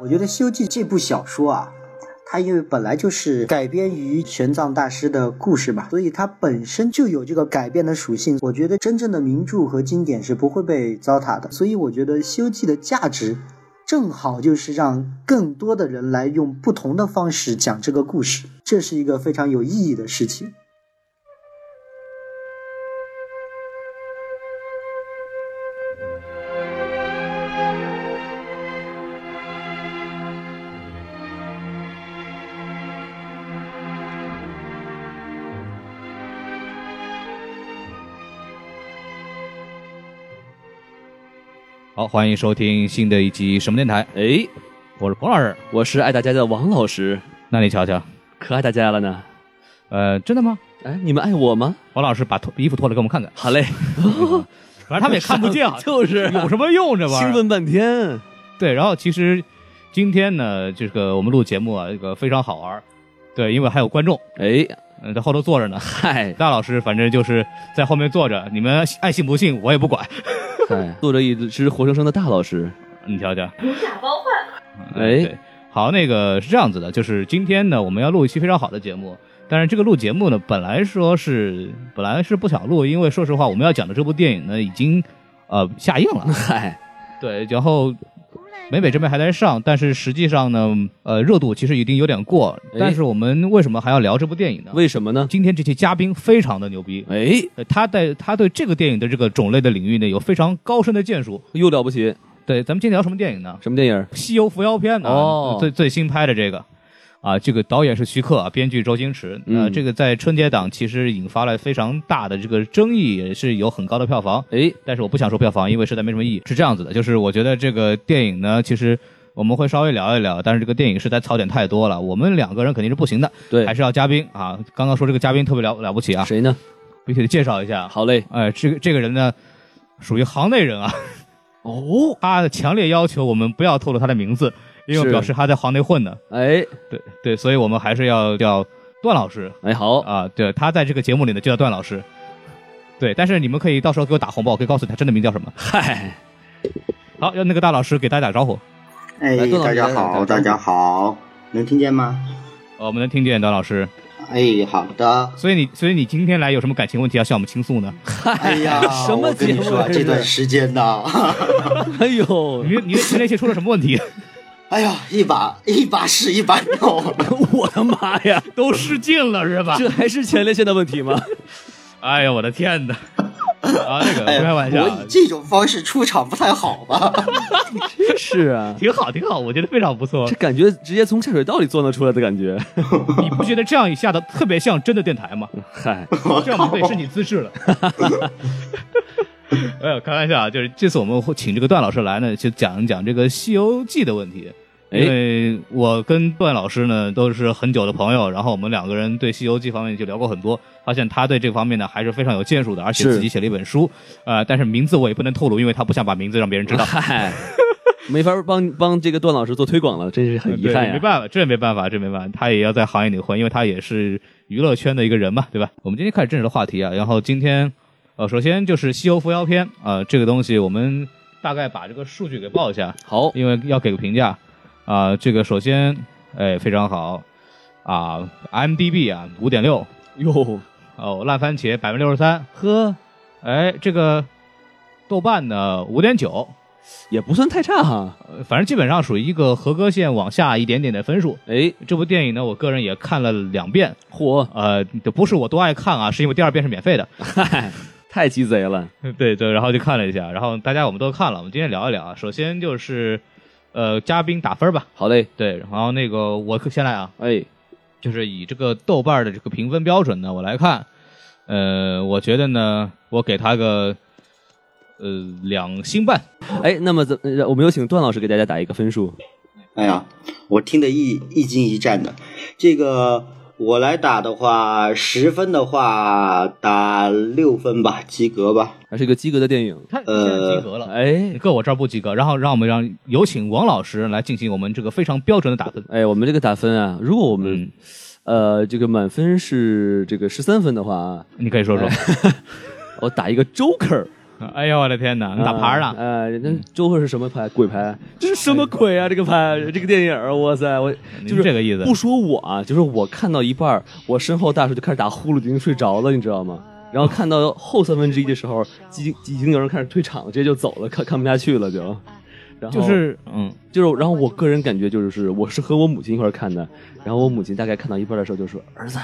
我觉得《西游记》这部小说啊，它因为本来就是改编于玄奘大师的故事吧，所以它本身就有这个改编的属性。我觉得真正的名著和经典是不会被糟蹋的，所以我觉得《西游记》的价值正好就是让更多的人来用不同的方式讲这个故事，这是一个非常有意义的事情。好，欢迎收听新的一期什么电台，哎，我是彭老师。我是爱大家的王老师，那你瞧瞧，可爱大家了呢。呃，真的吗？哎，你们爱我吗？王老师把脱衣服脱了给我们看看，好嘞，，反正他们也看不见啊 就是啊有什么用这玩兴意儿？奋半天。对，然后其实今天呢，这个我们录节目啊，这个非常好玩儿，对，因为还有观众，哎，嗯、在后头坐着呢。嗨大老师反正就是在后面坐着，你们爱信不信我也不管。嗨，坐着一只活生生的大老师。你瞧瞧，假包换，哎。对，好，那个是这样子的，就是今天呢，我们要录一期非常好的节目。但是这个录节目呢，本来说是本来是不想录，因为说实话，我们要讲的这部电影呢，已经呃下映了哎嗨，对，然后美美这边还在上，但是实际上呢，呃，热度其实已经有点过。哎但是我们为什么还要聊这部电影呢？为什么呢？今天这期嘉宾非常的牛逼，哎，呃他在他对这个电影的这个种类的领域呢，有非常高深的建树。又了不起，对，咱们今天聊什么电影呢？什么电影？ 《西游伏妖篇》呢，哦最最新拍的这个。啊，这个导演是徐克，啊编剧周星驰。那、嗯这个在春节档其实引发了非常大的这个争议，也是有很高的票房。哎，但是我不想说票房，因为实在没什么意义。是这样子的，就是我觉得这个电影呢，其实我们会稍微聊一聊，但是这个电影实在槽点太多了，我们两个人肯定是不行的，对还，是要嘉宾啊。刚刚说这个嘉宾特别了了不起啊，谁呢？必须得介绍一下。好嘞，哎，这个这个人呢，属于行内人啊。哦，他强烈要求我们不要透露他的名字，因为是表示他在行内混呢。哎，对对，所以我们还是要叫段老师哎，好，啊。对他在这个节目里呢，就叫段老师。对，但是你们可以到时候给我打红包，我可以告诉你他真的名叫 什么。嗨，好，让那个大老师给大家打招呼。哎来段老师大家来好，大打个招呼，家好，能听见吗？呃我们能听见段老师，哎，好的。所以你所以你今天来有什么感情问题要向我们倾诉呢？ 哎呀什么我跟节你目说啊，这是这段时间呢。哎呦你，你你那些出了什么问题？哎呀，一把一把屎一把 尿，我的妈呀， 都失禁了是吧这还是前列腺的问题吗？ 哎呀，我的天 哪！啊，那个哎不开玩笑我啊以，这种方式出场不太好吧？是啊，挺好挺好，我觉得非常不错这。感觉直接从下水道里钻了出来的感觉。你不觉得这样一下的特别像真的电台吗？嗨，这样不对，身体姿势了。哎呀，开玩笑啊，就是这次我们会请这个段老师来呢，就讲一讲这个《西游记》的问题。因哎，为我跟段老师呢都是很久的朋友，然后我们两个人对《西游记》方面就聊过很多，发现他对这方面呢还是非常有建树的，而且是自己写了一本书，呃，但是名字我也不能透露，因为他不想把名字让别人 知道。嗨，没法帮帮这个段老师做推广了，真是很遗对憾呀。没办法，这没办法，这没办法，他也要在行业里混，因为他也是娱乐圈的一个人嘛，对吧？我们今天开始正式的话题啊，然后今天，呃，首先就是《西游伏妖篇》啊、这个东西我们大概把这个数据给报一下，好，因为要给个评价啊、这个首先，哎，非常好啊，IMDB 啊五点六哟哦，烂番茄百分之六十三，呵，哎，这个豆瓣呢五点九，也不算太差哈。呃反正基本上属于一个合格线往下一点点的分数。哎，这部电影呢，我个人也看了两遍，嚯，呃，这不是我多爱看啊，是因为第二遍是免费的。 嗨，太鸡贼了。对对，然后就看了一下，然后大家我们都看了，我们今天聊一聊啊。首先就是，呃嘉宾打分吧。好嘞，对，然后那个我先来啊，哎，就是以这个豆瓣儿的这个评分标准呢，我来看，呃，我觉得呢，我给他个呃两星半，哎，那么怎呃我们有请段老师给大家打一个分数。哎呀，我听得一一惊一乍的。这个我来打的话，十分的话打六分吧，及格吧。还是一个及格的电影。他现在及格了。哎你搁我这儿不及格，然后让我们让有请王老师来进行我们这个非常标准的打分。哎，我们这个打分啊，如果我们、呃这个满分是这个十三分的话啊，你可以说说。我打一个 Joker。哎呦我的嗯天哪，你打牌儿啊呢？哎，那 Joker 是什么牌？鬼牌？这是什么鬼啊？这个牌，这个电影儿，啊哇塞，我您就是这个意思不说我啊，就是我看到一半儿，我身后大叔就开始打呼噜，已经睡着了，你知道吗？然后看到后三分之一的时候，已已经有人开始退场了，直接就走了，看看不下去了就。然 后就是 嗯，就是，然后我个人感觉就是，我是和我母亲一块儿看的，然后我母亲大概看到一半的时候就说：“儿子，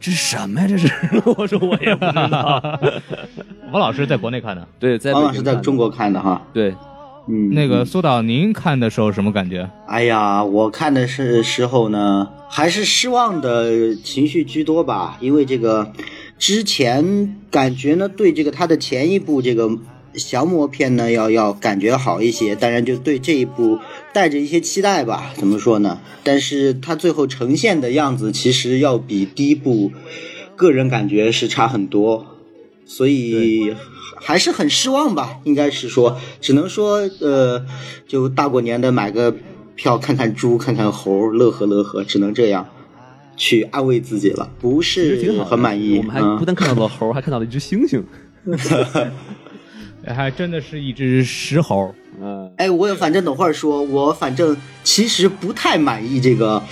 这是什么呀？这是？” 我说：“我也不知道。王老师在国内看的。” 对，在北王老京师在看的中国看的哈，对，嗯，那个苏导，您看的时候什么感觉？哎呀，我看的是时候呢，还是失望的情绪居多吧，因为这个之前感觉呢，对这个他的前一部这个降魔片呢，要要感觉好一些，当然就对这一部带着一些期待吧，怎么说呢？但是他最后呈现的样子，其实要比第一部，个人感觉是差很多，所以还是很失望吧，应该是说，只能说呃，就大过年的买个票看看猪，看看猴，乐呵乐呵，只能这样去安慰自己了，不其实挺是好的，很满意。我们还嗯不但看到了猴，还看到了一只猩猩。还真的是一只石猴。嗯，哎，我也反正等会儿说，我反正其实不太满意这个，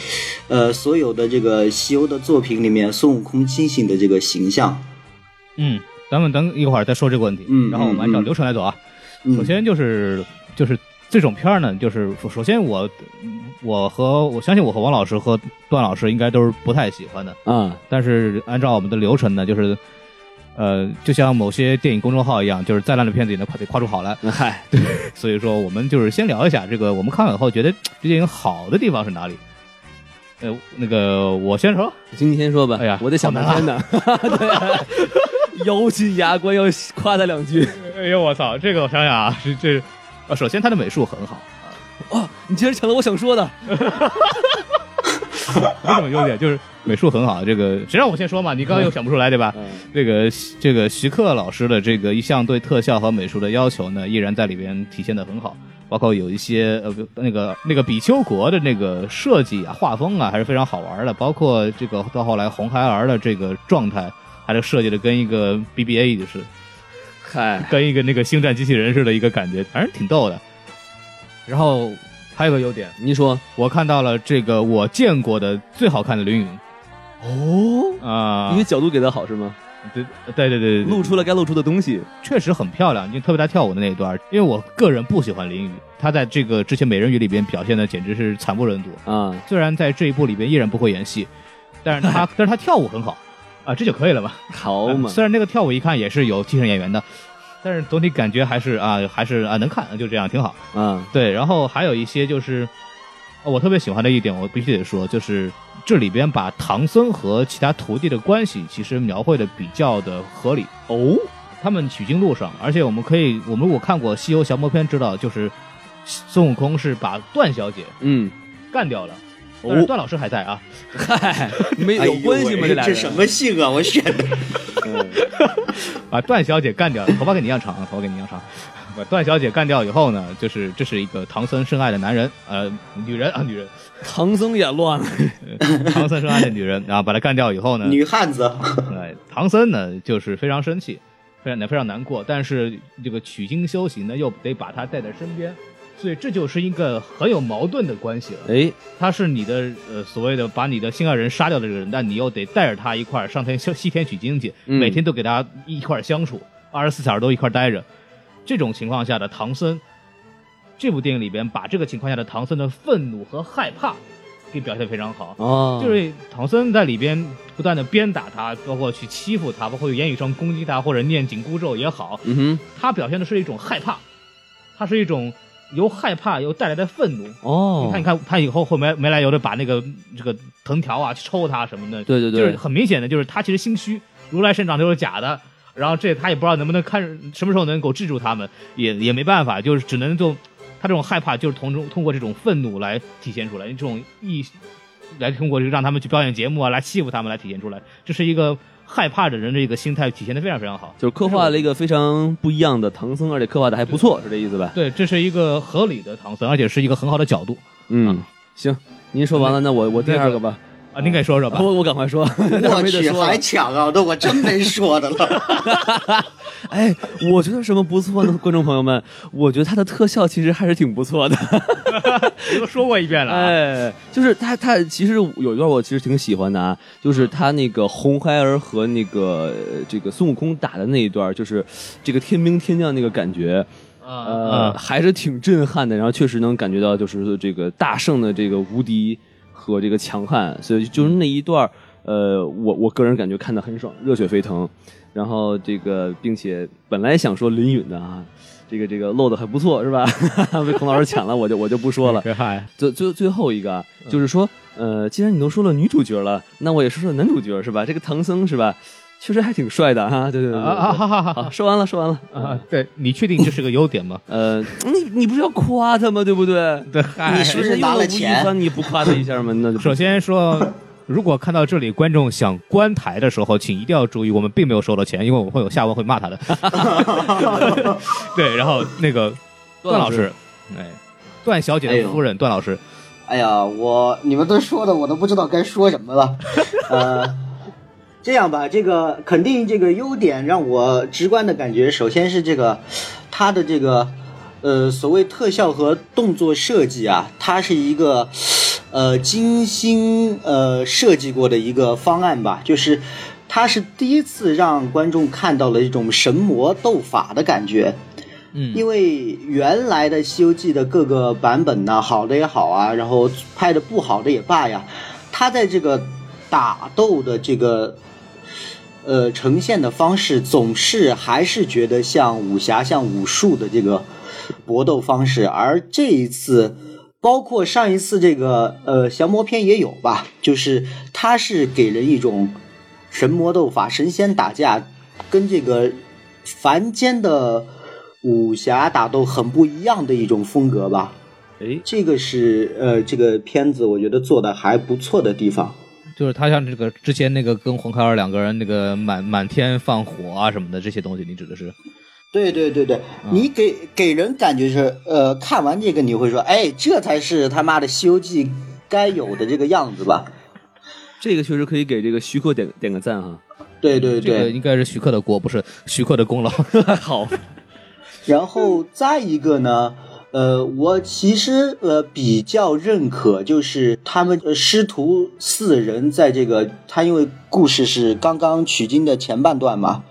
呃，所有的这个西欧的作品里面孙悟空清醒的这个形象。嗯，咱们等一会儿再说这个问题。嗯然后我们按照嗯嗯流程来走啊。嗯、首先就是就是这种片儿呢，就是首先我我和我相信我和王老师和段老师应该都是不太喜欢的，啊，但是按照我们的流程呢，就是呃，就像某些电影公众号一样，就是再烂的片子也能夸得夸出好来。嗨，所以说，我们就是先聊一下这个，我们看完以后觉得这电影好的地方是哪里。呃，那个我先说，今天说吧。哎呀啊我在想半天呢。 对，咬紧牙关要夸他两句。哎呦我操，这个我想想啊，这这，呃，首先它的美术很好，哇，你竟然抢了我想说的。有什么优点？就是美术很好，这个谁让我先说嘛？你刚 刚又想不出来对吧？嗯，这个这个徐克老师的这个一项对特效和美术的要求呢，依然在里边体现的很好，包括有一些呃不那个那个比丘国的那个设计啊、画风啊，还是非常好玩的。包括这个到后来红孩儿的这个状态，还是设计的跟一个 BBA 就是嗨，跟一个那个星战机器人似的，一个感觉，反正挺逗的。然后还有个优点，您说我看到了这个我见过的最好看的林允哦。啊、因为角度给的好是吗？对对对对对，露出了该露出的东西。确实很漂亮，就特别她跳舞的那一段，因为我个人不喜欢林雨，她在这个之前《美人鱼》里边表现的简直是惨不忍睹。啊，虽然在这一部里边依然不会演戏，但是她但是她跳舞很好啊，这就可以了吧？好嘛，虽然那个跳舞一看也是有替身演员的，但是总体感觉还是啊还是啊能看，就这样挺好。啊，对，然后还有一些就是呃我特别喜欢的一点，我必须得说，就是这里边把唐僧和其他徒弟的关系其实描绘的比较的合理哦。他们取经路上，而且我们可以，我们如果看过《西游降魔篇》，知道就是孙悟空是把段小姐嗯，干掉了，哦但是段老师还在啊。嗨，没哎呦有关系吗？喂这俩这人什？么性啊！我选的，把段小姐干掉，头发跟你一样长， 啊，头发跟你一样长。把段小姐干掉以后呢，就是这是一个唐僧深爱的男人，呃，女人啊，女人，唐僧也乱了。呃唐僧深爱的女人，啊然后把她干掉以嗯后呢，女汉 子。哎，唐僧呢就是非常生气，非常非常难过，但是这个取经修行呢又得把他带在身边，所以这就是一个很有矛盾的关系了。哎，他是你的呃所谓的把你的心爱人杀掉的这个人，但你又得带着他一块儿上天修西天取经去，嗯每天都给他一块儿相处，二十四小时都一块儿待着。这种情况下的唐僧，这部电影里边把这个情况下的唐僧的愤怒和害怕给表现得非常好。哦，就是唐僧在里边不断的鞭打他，包括去欺负他，包括言语上攻击他，或者念紧箍咒也好，嗯他表现的是一种害怕，他是一种由害怕又带来的愤怒。哦你看，你看他以后会没没来由的把那个这个藤条啊去抽他什么的，对对就是对，很明显的，就是他其实心虚，如来神掌都是假的，然后这他也不知道能不能看什么时候能够制住他们，也也没办法，就是只能就他这种害怕，就是通通过这种愤怒来体现出来，这种意来通过这个让他们去表演节目啊，来欺负他们来体现出来，这是一个害怕的人的一个心态体现的非常非常好。就是刻画了一个非常不一样的唐僧，而且刻画的还不错，是这意思吧？对，这是一个合理的唐僧，而且是一个很好的角度嗯，行，您说完了，那我我第二个吧，啊，您给说说吧。我我赶快 说，我没得去，说了还抢啊！那我真没说的了。 哎，我觉得什么不错呢，观众朋友们，我觉得它的特效其实还是挺不错的。我都说过一遍了、啊， 哎，就是它它其实有一段我其实挺喜欢的啊，就是它那个红孩儿和那个呃这个孙悟空打的那一段，就是这个天兵天将那个感觉，呃，嗯还是挺震撼的。然后确实能感觉到就是这个大圣的这个无敌和这个强悍，所以嗯就是那一段儿，呃，我我个人感觉看得很爽，热血沸腾。然后这个，并且本来想说林允的啊，这个这个漏的还不错是吧？ 被孔老师抢了，我就我就不 说了。嗨，最最最后一个啊，嗯就是说，呃，既然你都说了女主角了，那我也说说男主角是吧？这个唐僧是吧？确实还挺帅的哈、对对对啊啊，对哈哈哈好，说完了，说完了。啊！对你确定这是个优 点吗？ 呃，你你不是要夸他吗？对不对？对，嗨你是不是不是是拿用了吴亦钱凡你不夸他一下吗？那就首先说，如果看到这里观众想关台的时候，请一定要注意，我们并没有收到钱，因为我们会有下文会骂 他的。对，然后那个段老师，哎，段小姐的夫人段老师，哎呀，我你们都说的，我都不知道该说什么了。呃，这样吧，这个肯定这个优点让我直观的感觉，首先是这个它的这个呃所谓特效和动作设计啊，它是一个呃精心呃设计过的一个方案吧，就是。它是第一次让观众看到了一种神魔斗法的感觉，因为原来的《西游记》的各个版本呢，好的也好啊，然后拍的不好的也罢呀，它在这个打斗的这个呃呈现的方式，总是还是觉得像武侠、像武术的这个搏斗方式，而这一次。包括上一次这个呃降魔篇也有吧，就是它是给人一种神魔斗法、神仙打架，跟这个凡间的武侠打斗很不一样的一种风格吧。哎，这个是呃，这个片子我觉得做的还不错的地方。就是他像这个之前那个跟黄开儿两个人那个满满天放火啊什么的这些东西，你指的是？对对对对，嗯你给给人感觉是呃，看完这个你会说，哎，这才是他妈的《西游记》该有的这个样子吧？这个确实可以给这个徐克点点个赞哈。对对这对，个应该是徐克的锅，不是徐克的功劳。好，然后再一个呢，呃，我其实呃比较认可，就是他们呃师徒四人在这个，他因为故事是刚刚取经的前半段嘛，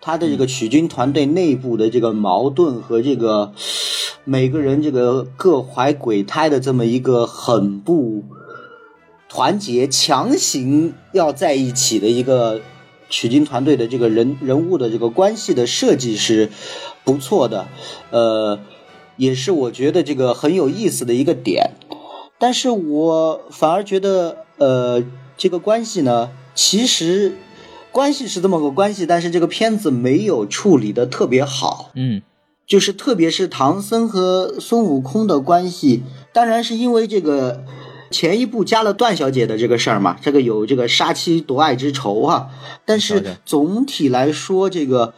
他的这个取经团队内部的这个矛盾和这个每个人这个各怀鬼胎的这么一个很不团结、强行要在一起的一个取经团队的这个人人物的这个关系的设计是不错的，呃，也是我觉得这个很有意思的一个点。但是我反而觉得，呃，这个关系呢，其实关系是这么个关系，但是这个片子没有处理的特别好。嗯，就是特别是唐僧和孙悟空的关系，当然是因为这个前一部加了段小姐的这个事儿嘛，这个有这个杀妻夺爱之仇哈、但了解是总体来说，这个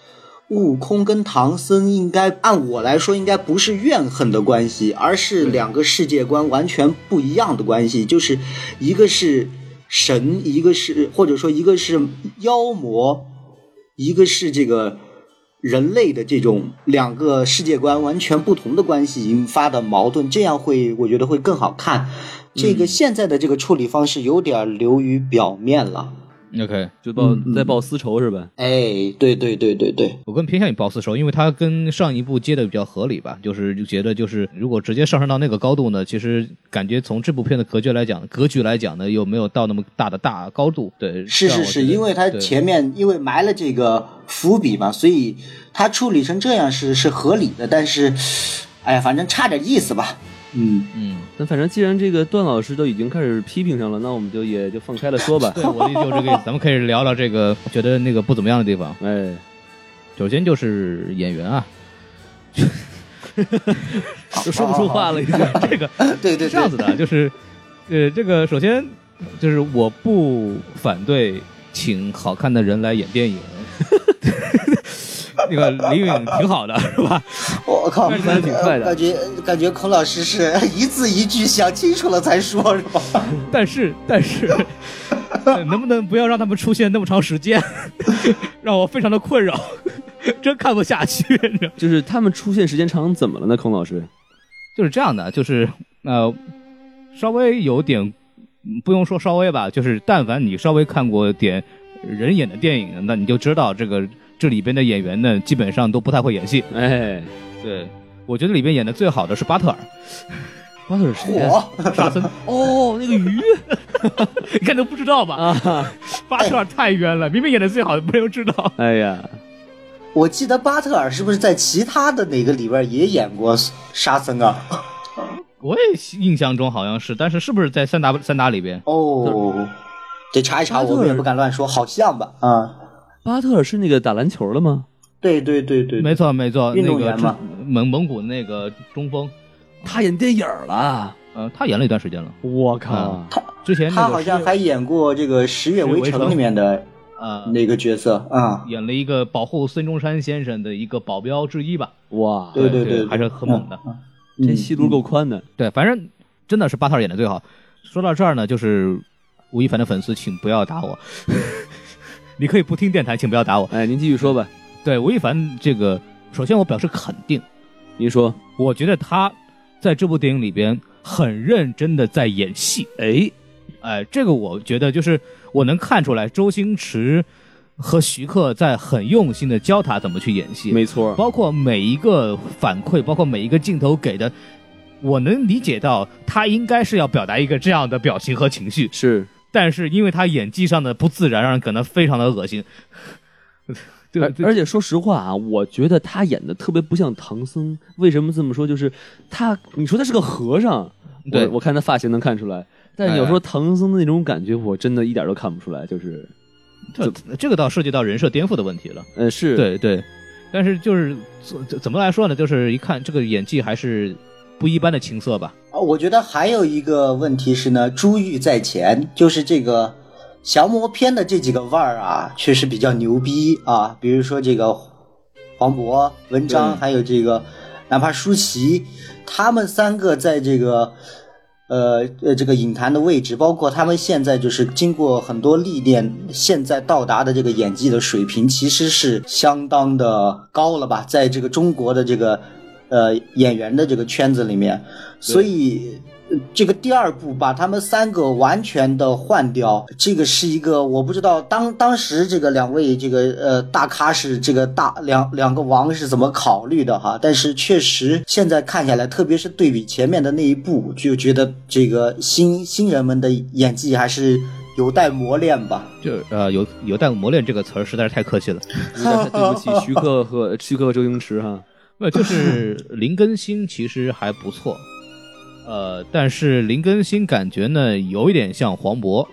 悟空跟唐僧应该按我来说应该不是怨恨的关系，而是两个世界观完全不一样的关系，就是一个是神，一个是或者说一个是妖魔，一个是这个人类的这种两个世界观完全不同的关系引发的矛盾，这样会我觉得会更好看。这个现在的这个处理方式有点流于表面了。 OK，就报嗯嗯再报私仇是吧？哎，对对对对对，我更偏向于鲍斯手，因为它跟上一部接的比较合理吧，就是就觉得就是如果直接上升到那个高度呢，其实感觉从这部片的格局来讲，格局来讲呢，又没有到那么大的大高度。对，是这样是我是，觉得因为它对前面因为埋了这个伏笔嘛，所以它处理成这样是是合理的，但是哎呀，反正差点意思吧。嗯，嗯，但反正既然这个段老师都已经开始批评上了，那我们就也就放开了说吧。对，我的就这个意思。咱们开始聊聊这个觉得那个不怎么样的地方。哎，首先就是演员啊，就说不出话了，已经。这个 对对是这样子对，啊的，就是，呃，这个首先就是我不反对请好看的人来演 电影，那个李允挺好的，是吧？我靠，但是还挺快的感觉感觉孔老师是一字一句想清楚了才说，是吧？但是，但 是，呃能不能不要让他们出现那么长时 间，让我非常的困扰，真看不下去。你知道就是他们出现时间长怎么了呢？孔老师，就是这样的，就是呃，稍微有点，嗯不用说稍微吧，就是但凡你稍微看过点人演的电影，那你就知道这个这里边的演员呢，基本上都不太会演戏。哎，对，我觉得里边演的最好的是巴 特尔，巴特尔是谁啊我沙僧。哦，那 个鱼你看都不知道吧？啊，巴特尔太冤了，明明演的最好的，没人知道。哎呀，我记得巴特尔是不是在其他的哪个里边也演过沙僧啊？我也印象中好像是，但是是不是在三打三打里边？哦，得查一查，巴特尔我们也不敢乱说，好像吧？啊，巴特尔是那个打篮球的吗？对对对对，没错没错，运动那个员嘛中蒙蒙古那个中锋，他演电影了，呃，他演了一段时间了。我啊靠！之前那他个好像是还演过这个《十月围城》里面的呃那个角色啊。演了一个保护孙中山先生的一个保镖之一吧。哇，对对对对还是很猛的。嗯这戏路够宽的，对，反正真的是巴特尔演的最好。说到这儿呢，就是吴亦凡的粉丝，请不要打我。 你可以不听电台，请不要打我。哎，您继续说吧，对吴亦凡这个，首先我表示肯定，您说，我觉得他在这部电影里边很认真的在演戏。哎，哎，这个我觉得就是我能看出来，周星驰和徐克在很用心的教他怎么去演戏，没错，包括每一个反馈，包括每一个镜头给的，我能理解到他应该是要表达一个这样的表情和情绪，是，但是因为他演技上的不自然，让人感到非常的恶心。 对，而对而且说实话啊，我觉得他演的特别不像唐僧。为什么这么说？就是他，你说他是个和尚，对我我看他发型能看出来，但是有时哎候唐僧的那种感觉，我真的一点都看不出来。就是，这这个倒涉及到人设颠覆的问题了。呃，是，对对，但是就是怎怎么来说呢？就是一看这个演技还是不一般的青涩吧。啊，我觉得还有一个问题是呢，珠玉在前，就是这个降魔篇的这几个腕儿啊，确实比较牛逼啊，比如说这个黄渤、文章，对还有这个哪怕舒淇，他们三个在这个。呃呃，这个影坛的位置，包括他们现在就是经过很多历练，现在到达的这个演技的水平，其实是相当的高了吧？在这个中国的这个呃演员的这个圈子里面，所以。呃这个第二部把他们三个完全的换掉，这个是一个我不知道当当时这个两位这个呃大咖是这个大两两个王是怎么考虑的哈，但是确实现在看下来，特别是对比前面的那一部，就觉得这个新新人们的演技还是有待磨练吧。就呃有有带磨练这个词儿实在是太客气了。实在是对不起徐克和徐克和周星驰哈。不就是 林更新其实还不错，呃，但是林更新感觉呢有一点像黄渤，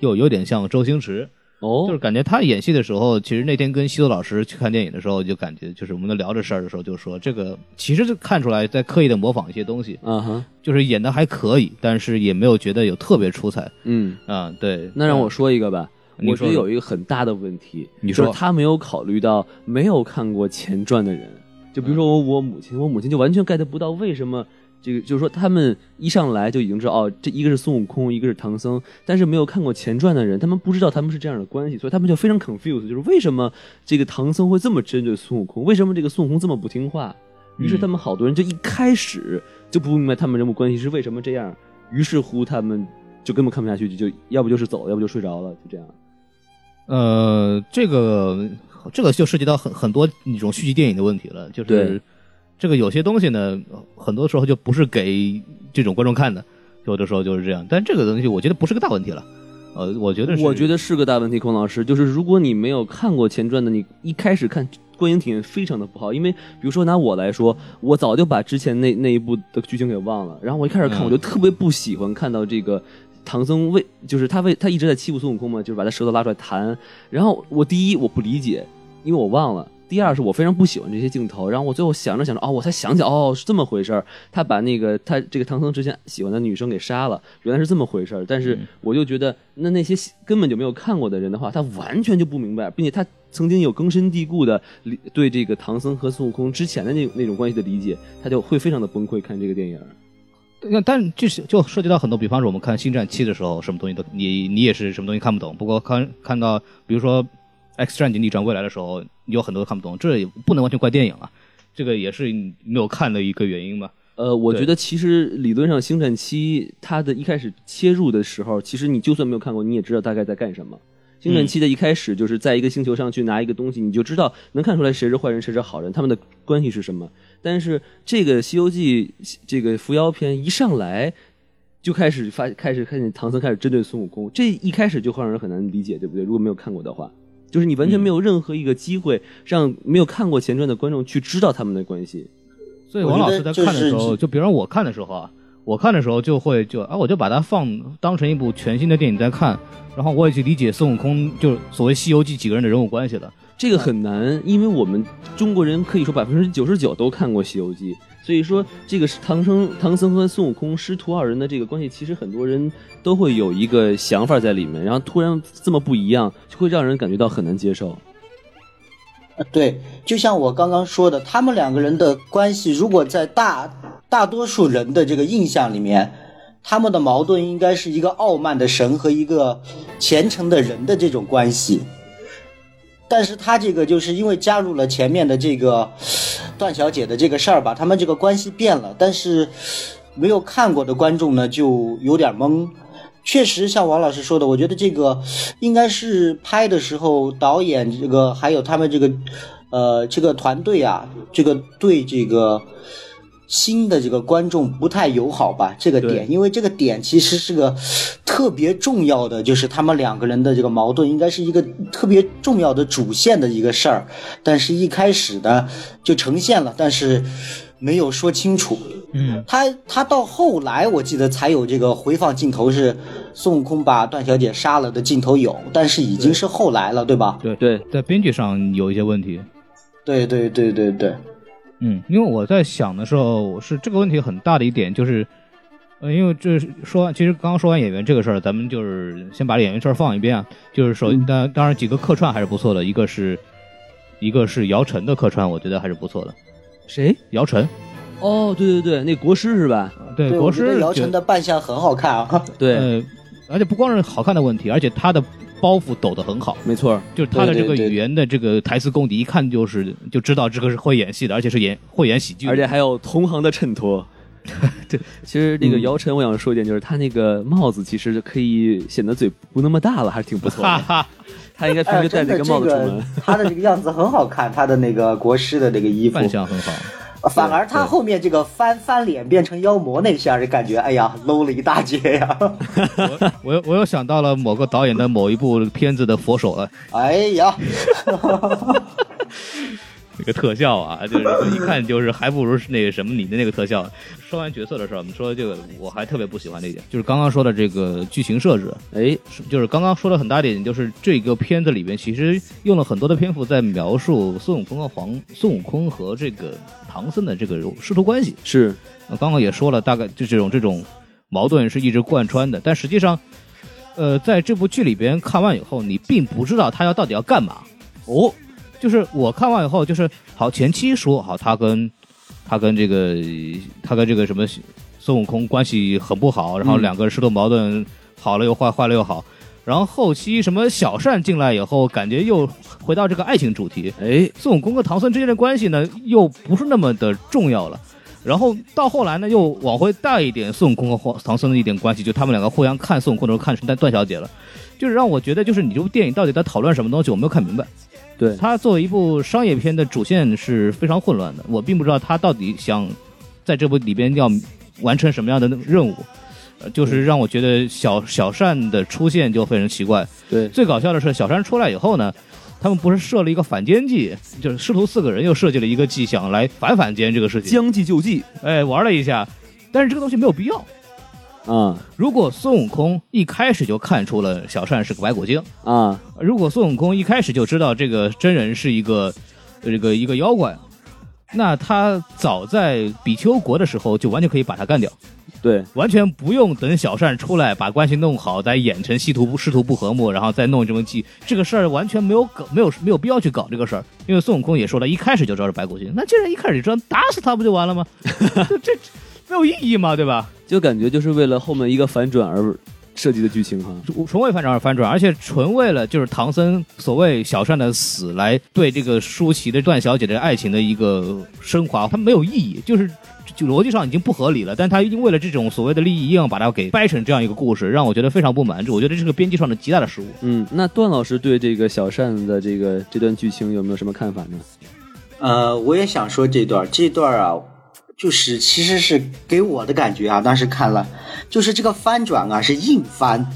又有点像周星驰，哦，就是感觉他演戏的时候，其实那天跟西多老师去看电影的时候，就感觉就是我们在聊这事儿的时候，就说这个其实就看出来在刻意的模仿一些东西，啊哈，就是演的还可以，但是也没有觉得有特别出彩嗯，啊、对，那让我说一个吧。哎你我觉得说有一个很大的问题，你就是说他没有考虑到没有看过前传的人，就比如说我我母亲，我母亲就完全 get 不到为什么这个，就是说他们一上来就已经知道哦，这一个是孙悟空，一个是唐僧，但是没有看过前传的人，他们不知道他们是这样的关系，所以他们就非常 confused，就是为什么这个唐僧会这么针对孙悟空，为什么这个孙悟空这么不听话？于是他们好多人就一开始就不明白他们人物关系是为什么这样，于是乎他们就根本看不下去，就就要不就是走，要不就睡着了，就这样。呃，这个这个就涉及到很很多那种续集电影的问题了，就对是这个有些东西呢，很多时候就不是给这种观众看的，有的时候就是这样。但这个东西我觉得不是个大问题了，呃，我觉得是我觉得是个大问题，孔老师，就是如果你没有看过前传的，你一开始看观影体验非常的不好。因为比如说拿我来说，我早就把之前那那一部的剧情给忘了，然后我一开始看嗯我就特别不喜欢看到这个。唐僧为就是他为他一直在欺负孙悟空嘛，就是把他舌头拉出来弹。然后我第一我不理解，因为我忘了。第二是我非常不喜欢这些镜头，然后我最后想着想着，哦，我才想起来，哦，是这么回事儿。他把那个他这个唐僧之前喜欢的女生给杀了，原来是这么回事儿。但是我就觉得，那那些根本就没有看过的人的话，他完全就不明白，并且他曾经有根深蒂固的理对这个唐僧和孙悟空之前的那那种关系的理解，他就会非常的崩溃。看这个电影，那但就是就涉及到很多，比方说我们看《星战七》的时候，什么东西都你你也是什么东西看不懂。不过看看到比如说《X 战警：逆转未来》的时候，你有很多看不懂，这也不能完全怪电影啊，这个也是你没有看的一个原因吧。呃，我对觉得其实理论上《星战七》它的一开始切入的时候，其实你就算没有看过，你也知道大概在干什么。《星战七》的一开始就是在一个星球上去拿一个东西，你就知道能看出来谁是坏人，谁是好人，他们的关系是什么。但是这个《西游记》这个伏妖篇一上来就开始发，开始看见唐僧开始针对孙悟空，这一开始就会让人很难理解，对不对？如果没有看过的话，就是你完全没有任何一个机会让没有看过前传的观众去知道他们的关系。所以我王觉老得师在这看的是时候，只就比方我看的时候啊，我看的时候就会就啊，我就把它放当成一部全新的电影在看，然后我也去理解孙悟空就是所谓《西游记》几个人的人物关系了。这个很难，因为我们中国人可以说百分之九十九都看过《西游记》，所以说这个是唐僧、唐僧和孙悟空师徒二人的这个关系，其实很多人都会有一个想法在里面，然后突然这么不一样，就会让人感觉到很难接受。呃对，就像我刚刚说的，他们两个人的关系，如果在大大多数人的这个印象里面，他们的矛盾应该是一个傲慢的神和一个虔诚的人的这种关系。但是他这个就是因为加入了前面的这个段小姐的这个事儿吧，他们这个关系变了。但是没有看过的观众呢，就有点懵。确实，像王老师说的，我觉得这个应该是拍的时候，导演这个还有他们这个，呃，这个团队啊，这个对这个新的这个观众不太友好吧？这个点，因为这个点其实是个特别重要的，就是他们两个人的这个矛盾，应该是一个特别重要的主线的一个事儿，但是一开始呢就呈现了，但是没有说清楚。嗯，他他到后来我记得才有这个回放镜头是孙悟空把段小姐杀了的镜头有，但是已经是后来了，对吧？对，在编剧上有一些问题，对对对对对，嗯，因为我在想的时候，我是这个问题很大的一点就是，呃，因为这是说完，其实刚刚说完演员这个事儿，咱们就是先把演员事儿放一边啊。就是首嗯当、当然几个客串还是不错的，一个是一个是姚晨的客串，我觉得还是不错的。谁？姚晨，哦，对对对，那国师是吧？对对，国我觉师得姚晨的扮相很好看啊。对，呃，而且不光是好看的问题，而且他的包袱抖得很好，没错，就是他的这个对对对语言的这个台词功底，一看就是就知道这个是会演戏的，而且是演会演喜嗯剧的，而且还有同行的衬托。 对，其实嗯那个姚晨，我想说一点，就是她那个帽子其实可以显得嘴不那么大了，还是挺不错哈的。哈。她应该平哎，时戴真那的个这帽子出个门。 他的这个样子很好看，他的那个国师的那个衣服，扮相很好，反而他后面这个翻翻脸变成妖魔那下，就感觉哎呀 low 了一大截呀、我 我又我又想到了某个导演的某一部片子的佛手了，哎呀，那个特效啊，就是一看就是还不如是那个什么你的那个特效。说完角色的时候，我们说这个我还特别不喜欢的一点，就是刚刚说的这个剧情设置，哎，是就是刚刚说的很大一点，就是这个片子里边其实用了很多的篇幅在描述孙悟空和黄孙悟空和这个唐僧的这个师徒关系。是呃刚刚也说了，大概就这种这种矛盾是一直贯穿的，但实际上，呃，在这部剧里边看完以后，你并不知道他要到底要干嘛哦。就是我看完以后，就是好前期说好他跟他跟这个他跟这个什么孙悟空关系很不好，然后嗯两个人师徒矛盾好了又坏，坏了又好。然后后期什么小善进来以后，感觉又回到这个爱情主题，哎，孙悟空和唐僧之间的关系呢，又不是那么的重要了。然后到后来呢，又往回带一点孙悟空和黄唐僧的一点关系，就他们两个互相看孙悟空的时候看段段小姐了，就是让我觉得，就是你这部电影到底在讨论什么东西，我没有看明白。对，它作为一部商业片的主线是非常混乱的，我并不知道它到底想在这部里边要完成什么样的任务，呃就是让我觉得小小善的出现就非常奇怪。对，最搞笑的是，小山出来以后呢，他们不是设了一个反间计，就是师徒四个人又设计了一个计，想来反反间这个事情，将计就计哎，玩了一下，但是这个东西没有必要。啊如果孙悟空一开始就看出了小善是个白骨精，啊如果孙悟空一开始就知道这个真人是一个呃这个一个妖怪，那他早在比丘国的时候就完全可以把他干掉，对完全不用等小善出来把关系弄好，再演成西图师徒不和睦，然后再弄这么计，这个事儿完全没有搞没有没有必要去搞这个事儿，因为孙悟空也说了一开始就知道是白骨精，那既然一开始就知道，打死他不就完了吗？就这没有意义嘛，对吧？ 就感觉就是为了后面一个反转而设计的剧情哈。纯为反转而反转，而且纯为了就是唐僧所谓小善的死来对这个舒淇的段小姐的爱情的一个升华，它没有意义，就是就逻辑上已经不合理了。但他因为了这种所谓的利益，硬要把它给掰成这样一个故事，让我觉得非常不满。这我觉得这是个编辑上的极大的失误。嗯，那段老师对这个小善的这个这段剧情有没有什么看法呢？ 呃，我也想说这段儿，这段儿啊，就是其实是给我的感觉啊，当时看了，就是这个翻转啊是硬翻，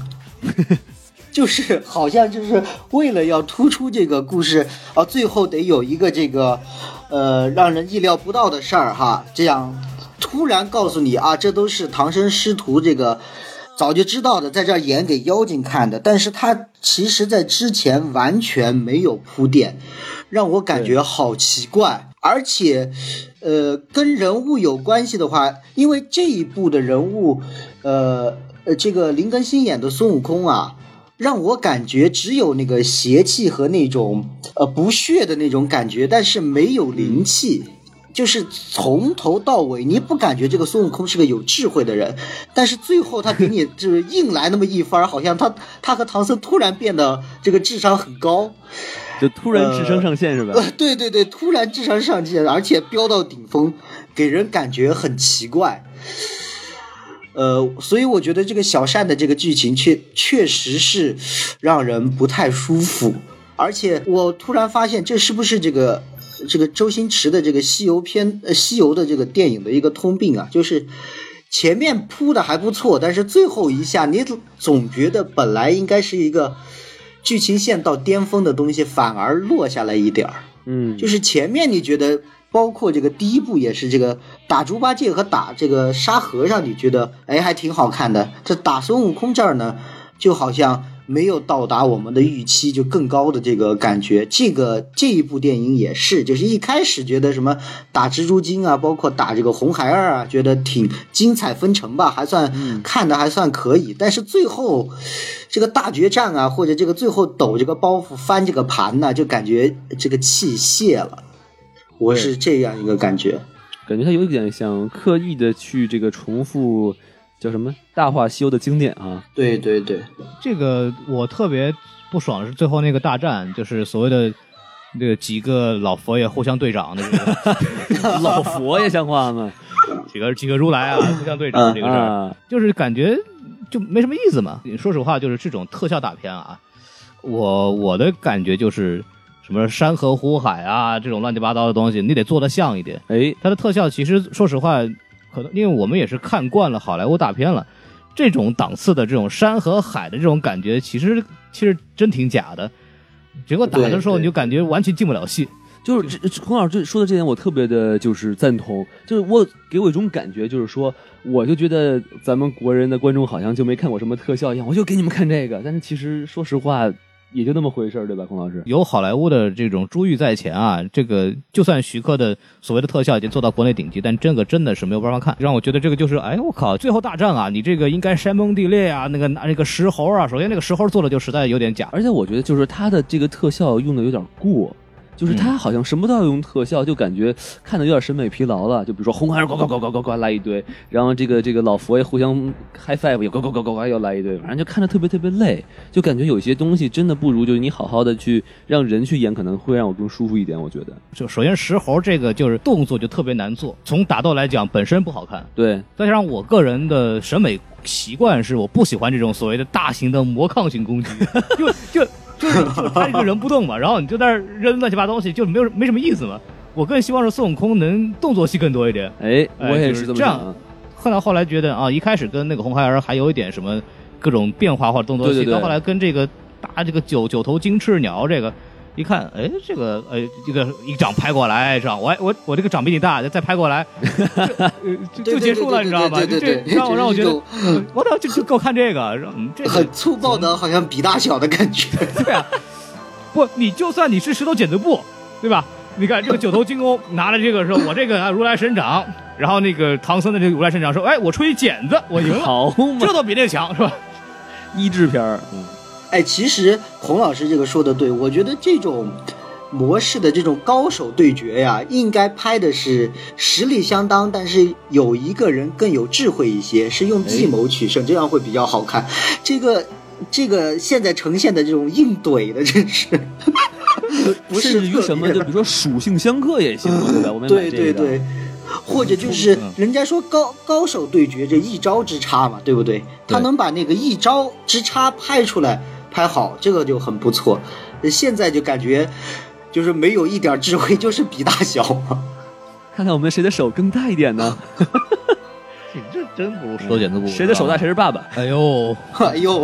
就是 好像就是为了要突出这个故事啊，最后得有一个这个，呃，让人意料不到的事儿哈，这样突然告诉你啊，这都是唐僧师徒这个。早就知道的，在这儿演给妖精看的，但是他其实在之前完全没有铺垫，让我感觉好奇怪。而且，呃，跟人物有关系的话，因为这一部的人物，呃呃，这个林更新演的孙悟空啊，让我感觉只有那个邪气和那种呃不屑的那种感觉，但是没有灵气。就是从头到尾，你不感觉这个孙悟空是个有智慧的人，但是最后他给你就是硬来那么一番儿，好像他他和唐僧突然变得这个智商很高，就突然智商上线是吧？呃，对对对，突然智商上线，而且飙到顶峰，给人感觉很奇怪。呃，所以我觉得这个小善的这个剧情确确实是让人不太舒服，而且我突然发现这是不是这个这个周星驰的这个西游片呃西游的这个电影的一个通病啊，就是前面铺的还不错，但是最后一下你总觉得本来应该是一个剧情线到巅峰的东西，反而落下来一点儿。嗯，就是前面你觉得，包括这个第一部也是这个打猪八戒和打这个沙和尚，你觉得哎还挺好看的。这打孙悟空这儿呢，就好像没有到达我们的预期就更高的这个感觉。这个这一部电影也是，就是一开始觉得什么打蜘蛛精啊，包括打这个红孩儿啊，觉得挺精彩纷呈吧，还算、看的还算可以。但是最后这个大决战啊，或者这个最后抖这个包袱翻这个盘呐，就感觉这个气泄了。我是这样一个感觉。感觉他有一点想刻意的去这个重复叫什么《大话西游》的经典啊。对对对，这个我特别不爽的是最后那个大战，就是所谓的那个几个老佛爷互相对掌的这 个。 老佛爷像话吗？几个几个如来啊，互相对仗这个事儿，啊，就是感觉就没什么意思嘛。说实话，就是这种特效大片啊，我我的感觉就是什么山河湖海啊，这种乱七八糟的东西，你得做得像一点。哎，它的特效其实说实话，可能因为我们也是看惯了好莱坞大片了，这种档次的这种山和海的这种感觉，其实其实真挺假的。结果打的时候，对对你就感觉完全进不了戏。就是这孔老师这说的这点，我特别的就是赞同，就是我给我一种感觉，就是说，我就觉得咱们国人的观众好像就没看过什么特效一样，我就给你们看这个，但是其实说实话，也就那么回事儿，对吧，孔老师？有好莱坞的这种珠玉在前啊，这个就算徐克的所谓的特效已经做到国内顶级，但这个真的是没有办法看，让我觉得这个就是，哎，我靠，最后大战啊，你这个应该山崩地裂啊，那个拿那个石猴啊，首先那个石猴做的就实在有点假，而且我觉得就是他的这个特效用的有点过，就是嗯他好像什么都要用特效，就感觉看的有点审美疲劳了。就比如说红孩儿呱呱呱呱呱呱来一堆，然后这个这个老佛爷互相 high five 也呱呱呱呱呱又来一堆，反正就看着特别特别累，就感觉有些东西真的不如就是你好好的去让人去演，可能会让我更舒服一点。我觉得，就首先石猴这个就是动作就特别难做，从打斗来讲本身不好看，对，再加上我个人的审美习惯是，我不喜欢这种所谓的大型的魔抗性攻击，就就就是就他一个人不动嘛，然后你就在那儿扔乱七八糟东西，就没有没什么意思嘛。我更希望是孙悟空能动作戏更多一点。哎，我哎也就是是这么这样想啊。后来后来觉得啊，一开始跟那个红孩儿还有一点什么各种变化或者动作戏，对对对到后来跟这个打这个九九头金翅鸟这个，一看，哎，这个，呃，这个一掌拍过来是吧？我我我这个掌比你大，再拍过来，就就对就对结束了，对对你知道吧？对就对这对对让我让我觉得这是，呃我操，就就够看这个，让嗯这个很粗暴的，好像比大小的感觉。对啊，不，你就算你是石头剪子布，对吧？你看这个九头金 弓拿着这个说，我这个啊如来神掌，然后那个唐僧的这个如来神掌说，哎，我出一剪子，我赢了，好嘛这，都比这强是吧？益智片儿，嗯哎，其实孔老师这个说的对，我觉得这种模式的这种高手对决呀，应该拍的是实力相当，但是有一个人更有智慧一些，是用计谋取胜，这样会比较好看。这个这个现在呈现的这种硬怼的，真是不是甚至于特什么，别就比如说属性相克也行，对 吧？我们也买对这对个。对，或者就是嗯人家说高高手对决这一招之差嘛，对不对？他能把那个一招之差拍出来，拍好，这个就很不错。现在就感觉就是没有一点智慧，就是比大小嘛。 看看我们谁的手更大一点呢？这真不如石头剪子布，谁的啊手大是吧？谁是爸爸？哎呦，哎呦，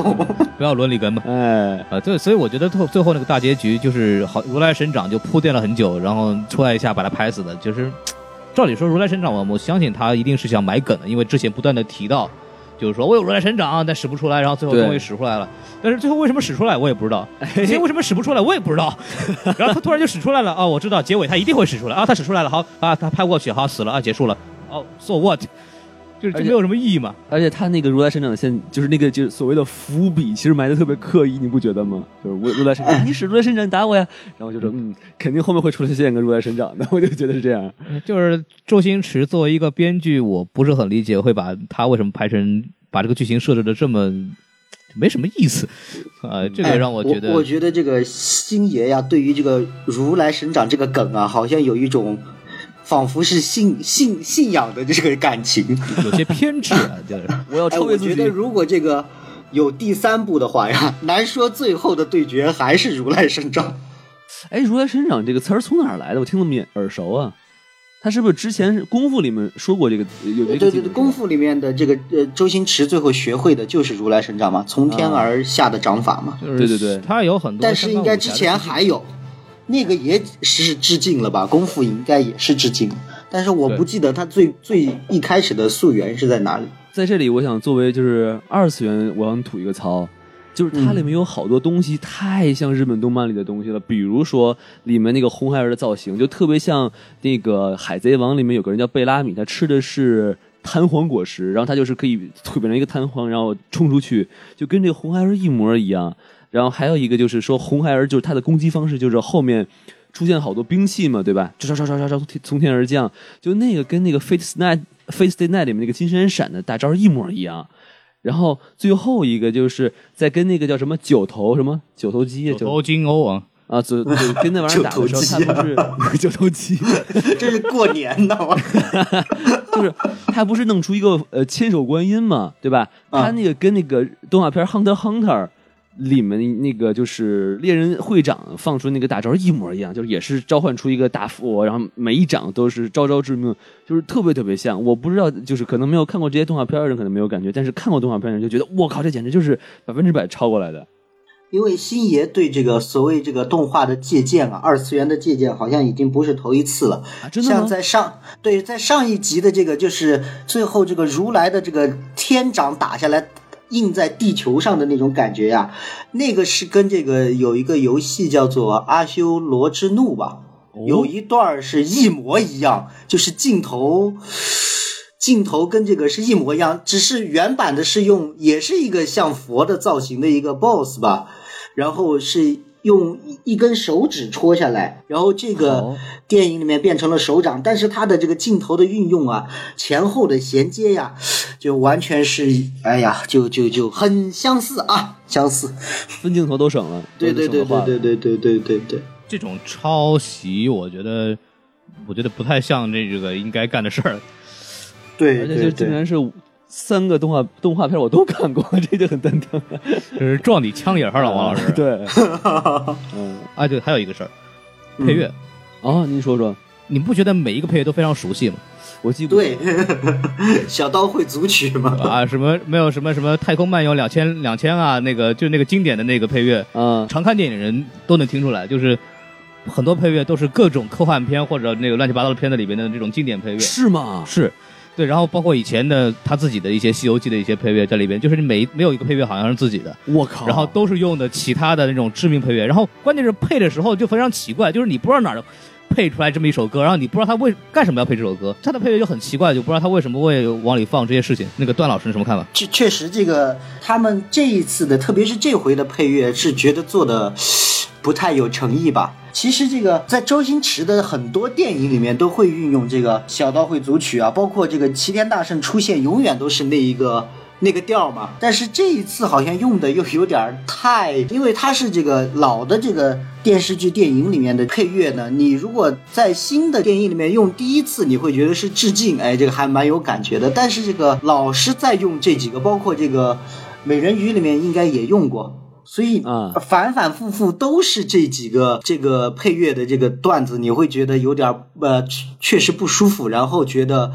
不要伦理根吧。哎，啊，对，所以我觉得最最后那个大结局就是好，如来神掌就铺垫了很久，然后出来一下把他拍死的，就是照理说如来神掌，我我相信他一定是想埋梗的，因为之前不断的提到，就是说我有如来神掌，但使不出来，然后最后对哎终于使出来了，但是最后为什么使出来我也不知道，其实为什么使不出来我也不知道， 然后他突然就使出来了，啊，我知道结尾他一定会使出来啊，他使出来了，好啊，他拍过去，好死了啊，结束了，哦，so what，就是就而且没有什么意义嘛，而且他那个如来神掌的线，就是那个就是所谓的伏笔，其实埋的特别刻意，你不觉得吗？就是我如来神哎掌，你使如来神掌打我呀，然后我就说嗯，肯定后面会出现个如来神掌的，我 就觉得是这样。就是周星驰作为一个编剧，我不是很理解会把他为什么拍成把这个剧情设置的这么没什么意思，呃，这个让我觉得哎我，我觉得这个星爷呀，对于这个如来神掌这个梗啊，好像有一种仿佛是信信信仰的这个感情。有些偏执啊，就是 我要哎，超我越自觉己得。如果这个有第三部的话呀，难说最后的对决还是如来神掌。哎，如来神掌这个词儿从哪儿来的？我听那么眼耳熟啊。他是不是之前是功夫里面说过这个对有这个对技对，能功夫里面的这个呃，周星驰最后学会的就是如来神掌嘛，从天而下的掌法嘛。就是啊对对对他有很多，但是应该之前还有，那个也是致敬了吧？功夫应该也是致敬，但是我不记得他最最一开始的溯源是在哪里。 在这里，我想作为就是二次元，我想吐一个槽，就是它里面有好多东西太像日本动漫里的东西了，比如说里面那个红孩儿的造型，就特别像那个《海贼王》里面有个人叫贝拉米，他吃的是。弹簧果实，然后他就是可以蜕变成一个弹簧，然后冲出去，就跟这个红孩儿一模一样。然后还有一个就是说，红孩儿就是他的攻击方式，就是后面出现好多兵器嘛，对吧？唰唰唰唰唰唰，从天而降，就那个跟那个 Fate Night Fate Stay Night 里面那个金闪闪的大招一模一样。然后最后一个就是在跟那个叫什么九头什么九头鸡啊九头金欧啊，啊，就就跟那玩意儿打的 时候，九头鸡啊他不是九头鸡，这是过年呢，我 就是他不是弄出一个呃千手观音嘛，对吧？啊他那个跟那个动画片《Hunter x Hunter》里面那个就是猎人会长放出那个大招一模一样，就是也是召唤出一个大佛，然后每一掌都是招招致命，就是特别特别像。我不知道，就是可能没有看过这些动画片的人可能没有感觉，但是看过动画片的人就觉得我靠，这简直就是百分之百抄过来的。因为星爷对这个所谓这个动画的借鉴啊，二次元的借鉴好像已经不是头一次了。啊真的吗像在上对在上一集的这个，就是最后这个如来的这个天掌打下来，印在地球上的那种感觉呀、那个是跟这个有一个游戏叫做《阿修罗之怒》吧，哦有一段儿是一模一样，就是镜头。镜头跟这个是一模一样，只是原版的是用也是一个像佛的造型的一个 BOSS 吧，然后是用一一根手指戳下来，然后这个好电影里面变成了手掌，但是它的这个镜头的运用啊，前后的衔接呀，就完全是哎呀，就就就很相似啊，相似，分镜头都省了，对都对省对了话对对对对对对对。这种抄袭，我觉得，我觉得不太像这个应该干的事儿。对而且就对竟对，然是三个动画动画片我都看过， 这就很蛋疼。就是撞你枪眼上了，王老嗯师。 对，啊，对，还有一个事儿，嗯配乐，哦，您说说，你不觉得每一个配乐都非常熟悉吗？我记不住对， 小刀会组曲嘛， 啊，什么没有什么什么太空漫游两千两千啊，那个就那个经典的那个配乐，啊，常看电影人都能听出来，就是很多配乐都是各种科幻片或者那个乱七八糟的片子里面的这种经典配乐。是吗？是，对，然后包括以前的他自己的一些《西游记》的一些配乐在里边，就是你每没有一个配乐好像是自己的，我靠！然后都是用的其他的那种知名配乐，然后关键是配的时候就非常奇怪，就是你不知道哪儿配出来这么一首歌，然后你不知道他为干什么要配这首歌，他的配乐就很奇怪，就不知道他为什么会往里放这些事情。那个段老师你什么看法？确确实，这个他们这一次的，特别是这回的配乐，是觉得做的不太有诚意吧。其实这个在周星驰的很多电影里面都会运用这个小刀会组曲啊，包括这个齐天大圣出现，永远都是那一个。那个调嘛，但是这一次好像用的又有点儿太，因为它是这个老的这个电视剧、电影里面的配乐呢。你如果在新的电影里面用第一次，你会觉得是致敬，哎，这个还蛮有感觉的。但是这个老是在用这几个，包括这个美人鱼里面应该也用过，所以啊反反复复都是这几个这个配乐的这个段子，你会觉得有点儿呃确确实不舒服，然后觉得。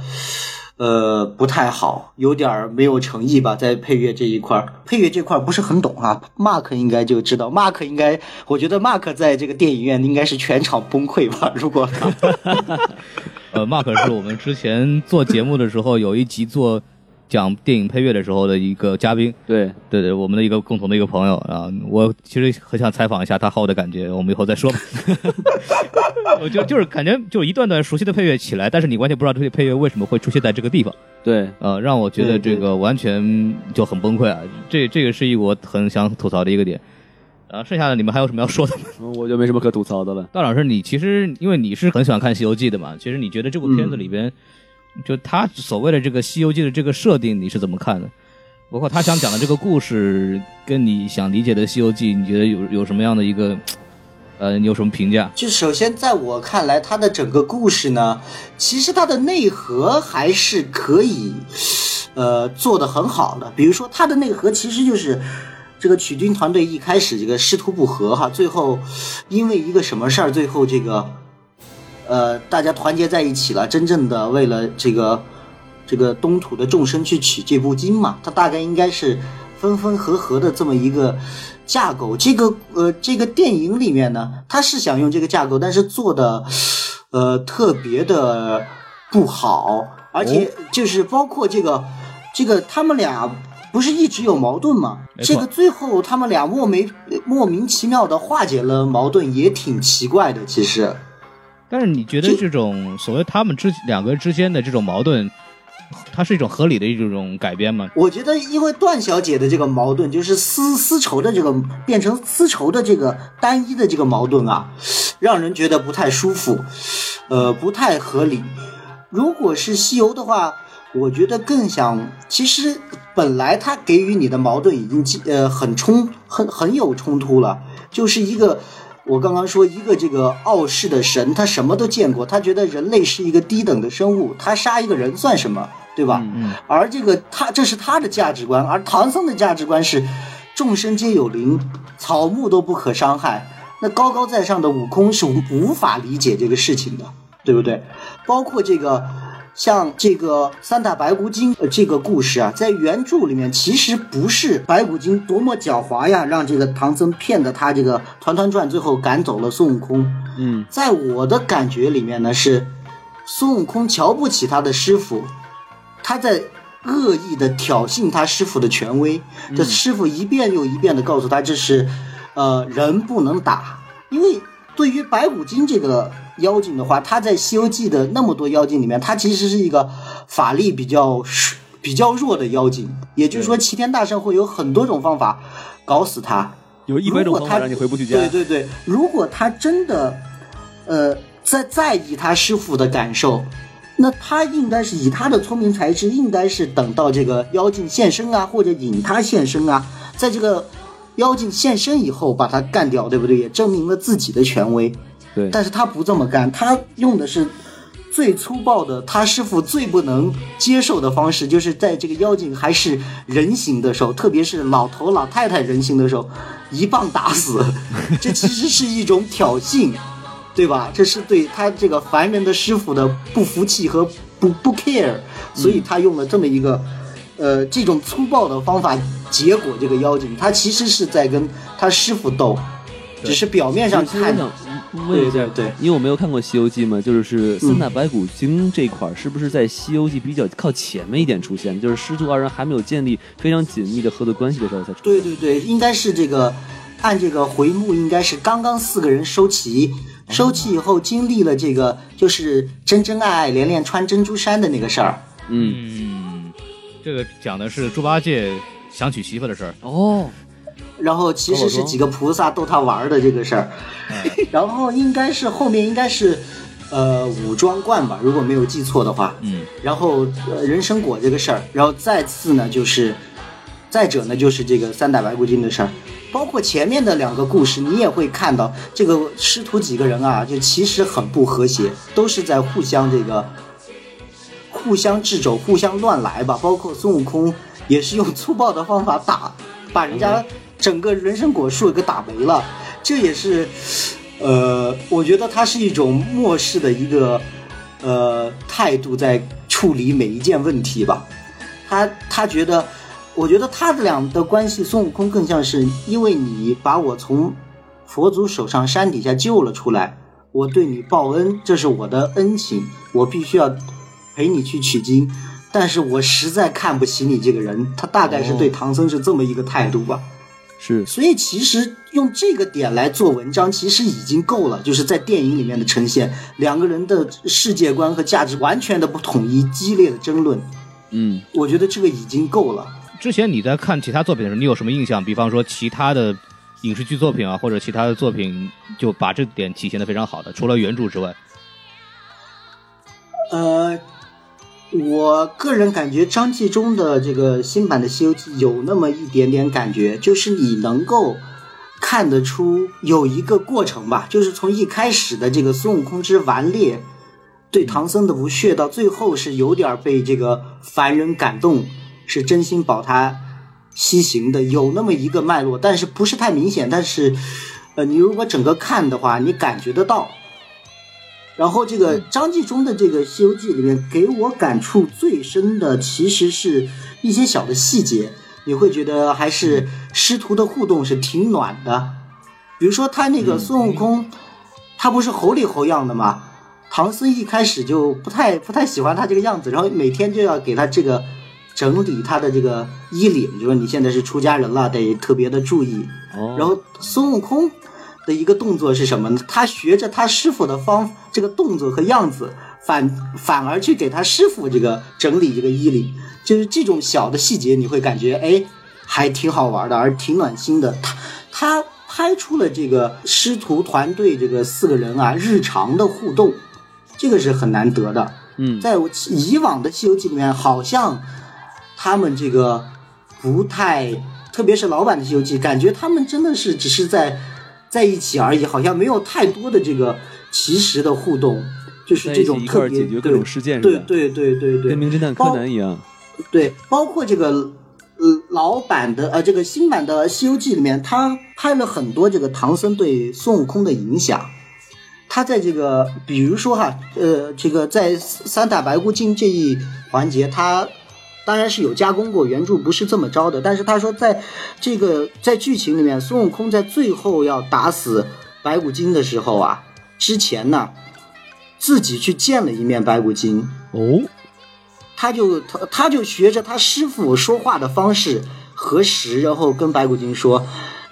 呃，不太好，有点儿没有诚意吧，在配乐这一块儿，配乐这块儿不是很懂啊。Mark 应该就知道，Mark 应该，我觉得 Mark 在这个电影院应该是全场崩溃吧。如果呃，Mark 是我们之前做节目的时候有一集做讲电影配乐的时候的一个嘉宾，对，对对，我们的一个共同的一个朋友啊，我其实很想采访一下他后的感觉，我们以后再说吧。 我就就是感觉就一段段熟悉的配乐起来，但是你完全不知道这些配乐为什么会出现在这个地方，对，呃，让我觉得这个完全就很崩溃啊。这这个是一我很想吐槽的一个点。啊，剩下的你们还有什么要说的吗？我就没什么可吐槽的了。段老师，你其实因为你是很喜欢看《西游记》的嘛，其实你觉得这部片子里边，就他所谓的这个《西游记》的这个设定，你是怎么看的？包括他想讲的这个故事，跟你想理解的《西游记》，你觉得有有什么样的一个，呃，你有什么评价？就首先在我看来，它的整个故事呢，其实它的内核还是可以，呃，做得很好的。比如说，它的内核其实就是这个曲军团队一开始这个师徒不和哈，最后因为一个什么事儿，最后这个呃大家团结在一起了，真正的为了这个这个东土的众生去取这部经嘛，它大概应该是分分合合的这么一个架构。这个呃，这个电影里面呢，它是想用这个架构，但是做的呃特别的不好，而且哦就是包括这个这个他们俩。不是一直有矛盾吗？没错这个最后他们俩莫名莫名其妙的化解了矛盾，也挺奇怪的。其实，但是你觉得这种所谓他们之两个人之间的这种矛盾，它是一种合理的一种改编吗？我觉得，因为段小姐的这个矛盾，就是丝丝绸的这个变成丝绸的这个单一的这个矛盾啊，让人觉得不太舒服，呃，不太合理。如果是西游的话，我觉得更想，其实本来他给予你的矛盾已经呃很冲很很有冲突了，就是一个。我刚刚说一个这个傲世的神，他什么都见过，他觉得人类是一个低等的生物，他杀一个人算什么，对吧？嗯而这个他这是他的价值观，而唐僧的价值观是众生皆有灵，草木都不可伤害。那高高在上的悟空是无无法理解这个事情的，对不对？包括这个像这个三打白骨精、呃、这个故事啊，在原著里面其实不是白骨精多么狡猾呀，让这个唐僧骗得他这个团团转，最后赶走了孙悟空。嗯，在我的感觉里面呢，是孙悟空瞧不起他的师傅，他在恶意的挑衅他师傅的权威。这师傅一遍又一遍的告诉他，这是呃人不能打，因为对于白骨精这个妖精的话，他在《西游记》的那么多妖精里面，他其实是一个法力比较比较弱的妖精，也就是说，齐天大圣会有很多种方法搞死他。有一百种方法让你回不去家。对对对，如果他真的，呃，在在意他师傅的感受，那他应该是以他的聪明才智，应该是等到这个妖精现身啊，或者引他现身啊，在这个妖精现身以后把他干掉，对不对？也证明了自己的权威。对但是他不这么干，他用的是最粗暴的，他师傅最不能接受的方式，就是在这个妖精还是人形的时候，特别是老头老太太人形的时候，一棒打 死，这其实是一种挑衅，对吧？这是对他这个凡人的师傅的不服气和不不 care，所以他用了这么一个。呃，这种粗暴的方法，结果这个妖精他其实是在跟他师傅斗，只是表面上其实我看想，问一下，对对对嗯因为我没有看过《西游记》嘛，就是三打白骨精这块儿，是不是在《西游记》比较靠前面一点出现？就是师徒二人还没有建立非常紧密的合作关系的时候才出现。对对对，应该是这个，按这个回目应该是刚刚四个人收齐，收齐以后经历了这个就是真真爱爱连连穿珍珠衫的那个事儿。嗯，嗯，这个讲的是猪八戒想娶媳妇的事儿，哦，然后其实是几个菩萨逗他玩儿的这个事儿， 然后应该是后面应该是，呃，武装观吧，如果没有记错的话，嗯，然后、呃、人参果这个事儿，然后再次呢就是，再者呢就是这个三打白骨精的事儿，包括前面的两个故事，你也会看到这个师徒几个人啊，就其实很不和谐，都是在互相这个互相掣肘、互相乱来吧。包括孙悟空也是用粗暴的方法打，把人家整个人参果树给打没了。这也是，呃，我觉得它是一种漠视的一个呃态度，在处理每一件问题吧。他他觉得，我觉得他俩的关系，孙悟空更像是因为你把我从佛祖手上山底下救了出来，我对你报恩，这是我的恩情，我必须要陪你去取经。但是我实在看不起你这个人，他大概是对唐僧是这么一个态度吧。是所以其实用这个点来做文章，其实已经够了。就是在电影里面的呈现，两个人的世界观和价值完全的不统一，激烈的争论，嗯，我觉得这个已经够了。之前你在看其他作品的时候，你有什么印象？比方说其他的影视剧作品啊，或者其他的作品，就把这点体现的非常好的，除了原著之外，呃，我个人感觉张纪中的这个新版的《西游记》有那么一点点感觉，就是你能够看得出有一个过程吧，就是从一开始的这个孙悟空之顽劣对唐僧的不屑，到最后是有点被这个凡人感动，是真心保他西行的，有那么一个脉络，但是不是太明显，但是。呃，你如果整个看的话，你感觉得到，然后这个张纪中的这个《西游记》里面，给我感触最深的其实是一些小的细节，你会觉得还是师徒的互动是挺暖的。比如说他那个孙悟空，他不是猴里猴样的嘛，唐僧一开始就不太不太喜欢他这个样子，然后每天就要给他这个整理他的这个衣领，就说你现在是出家人了，得特别的注意。哦，然后孙悟空的一个动作是什么呢？他学着他师傅的方这个动作和样子，反反而去给他师傅这个整理这个衣领，就是这种小的细节，你会感觉哎，还挺好玩的，而挺暖心的。他他拍出了这个师徒团队这个四个人啊日常的互动，这个是很难得的。嗯在我以往的《西游记》里面，好像他们这个不太，特别是老版的《西游记》，感觉他们真的是只是在在一起而已，好像没有太多的这个及时的互动，就是这种在一起一块特儿别解决各种事件对是吧对对对对跟名侦探柯南一样，对，包括这个呃老版的呃这个新版的《西游记》里面，他拍了很多这个唐僧对孙悟空的影响。他在这个比如说哈，呃，这个在三打白骨精这一环节，他当然是有加工过，原著不是这么着的。但是他说，在这个在剧情里面，孙悟空在最后要打死白骨精的时候啊，之前呢，自己去见了一面白骨精，哦，他就他他就学着他师傅说话的方式核实，然后跟白骨精说，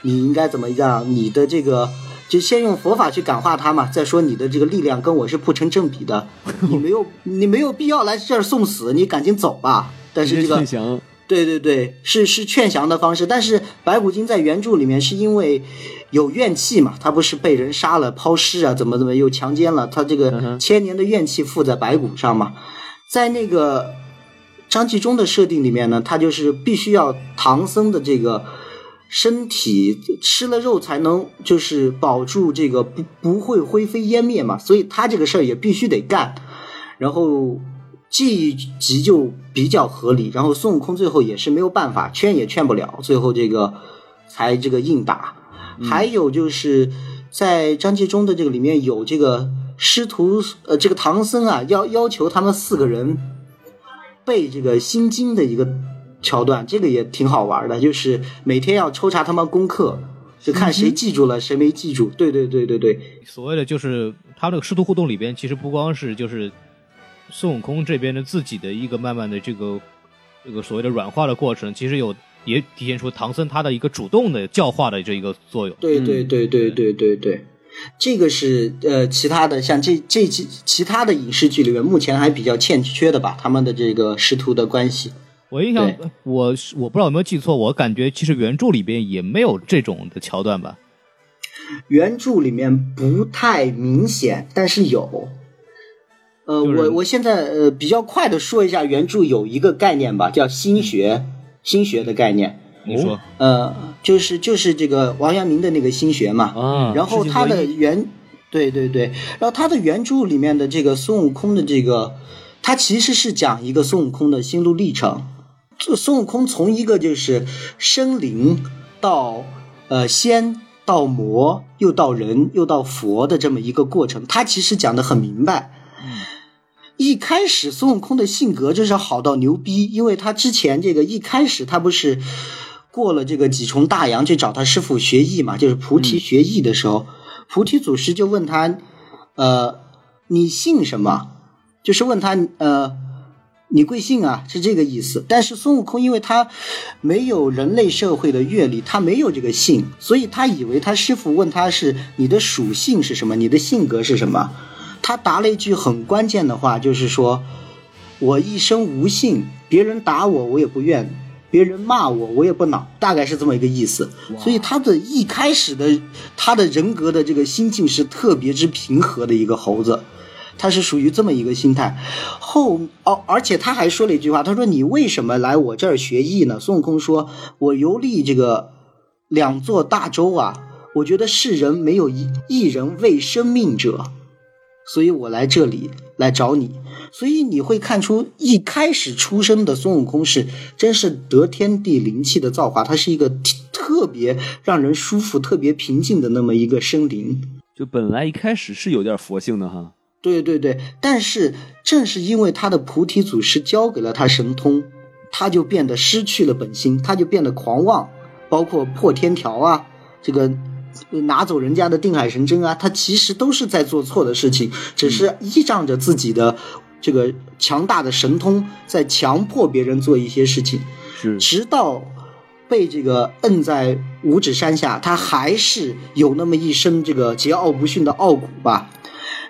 你应该怎么样，你的这个就先用佛法去感化他嘛，再说你的这个力量跟我是不成正比的，你没有你没有必要来这儿送死，你赶紧走吧。但是这这个啊劝降，对对对，是是劝降的方式，但是白骨精在原著里面是因为有怨气嘛，他不是被人杀了、抛尸啊，怎么怎么又强奸了，他这个千年的怨气附在白骨上嘛。在那个张纪中的设定里面呢，他就是必须要唐僧的这个身体吃了肉才能就是保住这个不不会灰飞烟灭嘛，所以他这个事儿也必须得干。然后这一集就比较合理。然后孙悟空最后也是没有办法，劝也劝不了，最后这个才这个硬打。还有就是在张纪中的这个里面有这个师徒，呃，这个唐僧啊，要要求他们四个人背这个心经的一个桥段，这个也挺好玩的，就是每天要抽查他们功课。就看谁记住了，谁没记住。对对对对对，所谓的就是他这个师徒互动里边，其实不光是就是孙悟空这边的自己的一个慢慢的这个这个所谓的软化的过程，其实有也体现出唐僧他的一个主动的教化的这一个作用。对对对对对对对，这个是呃，其他的像这这几其他的影视剧里面，目前还比较欠缺的吧，他们的这个师徒的关系。我印象对我是我不知道有没有记错，我感觉其实原著里边也没有这种的桥段吧。原著里面不太明显，但是有。呃，就是我我现在呃比较快的说一下原著有一个概念吧，叫心学，心学的概念。你说、呃，就是就是这个王阳明的那个心学嘛。啊，然后他的原，对对对，然后他的原著里面的这个孙悟空的这个，他其实是讲一个孙悟空的心路历程。这孙悟空从一个就是生灵到呃仙到魔，又到人又到佛的这么一个过程，他其实讲的很明白。一开始孙悟空的性格就是好到牛逼，因为他之前这个一开始他不是过了这个几重大洋去找他师傅学艺嘛，就是菩提学艺的时候，菩提祖师就问他，呃，你姓什么？就是问他，呃，你贵姓啊？是这个意思。但是孙悟空因为他没有人类社会的阅历，他没有这个姓，所以他以为他师傅问他是你的属性是什么，你的性格是什么。他答了一句很关键的话，就是说：“我一生无姓，别人打我我也不怨，别人骂我我也不恼。”大概是这么一个意思。所以他的一开始的他的人格的这个心境是特别之平和的一个猴子，他是属于这么一个心态。后哦，而且他还说了一句话，他说：“你为什么来我这儿学艺呢？”孙悟空说：“我游历这个两座大洲啊，我觉得世人没有一一人为生命者。”所以我来这里来找你。所以你会看出，一开始出生的孙悟空是真是得天地灵气的造化，他是一个特特别让人舒服、特别平静的那么一个生灵。就本来一开始是有点佛性的哈，对对对，但是正是因为他的菩提祖师教给了他神通，他就变得失去了本心，他就变得狂妄，包括破天条啊，这个呃拿走人家的定海神针啊，他其实都是在做错的事情，只是依仗着自己的这个强大的神通，在强迫别人做一些事情。是直到被这个摁在五指山下，他还是有那么一身这个桀骜不驯的傲骨吧。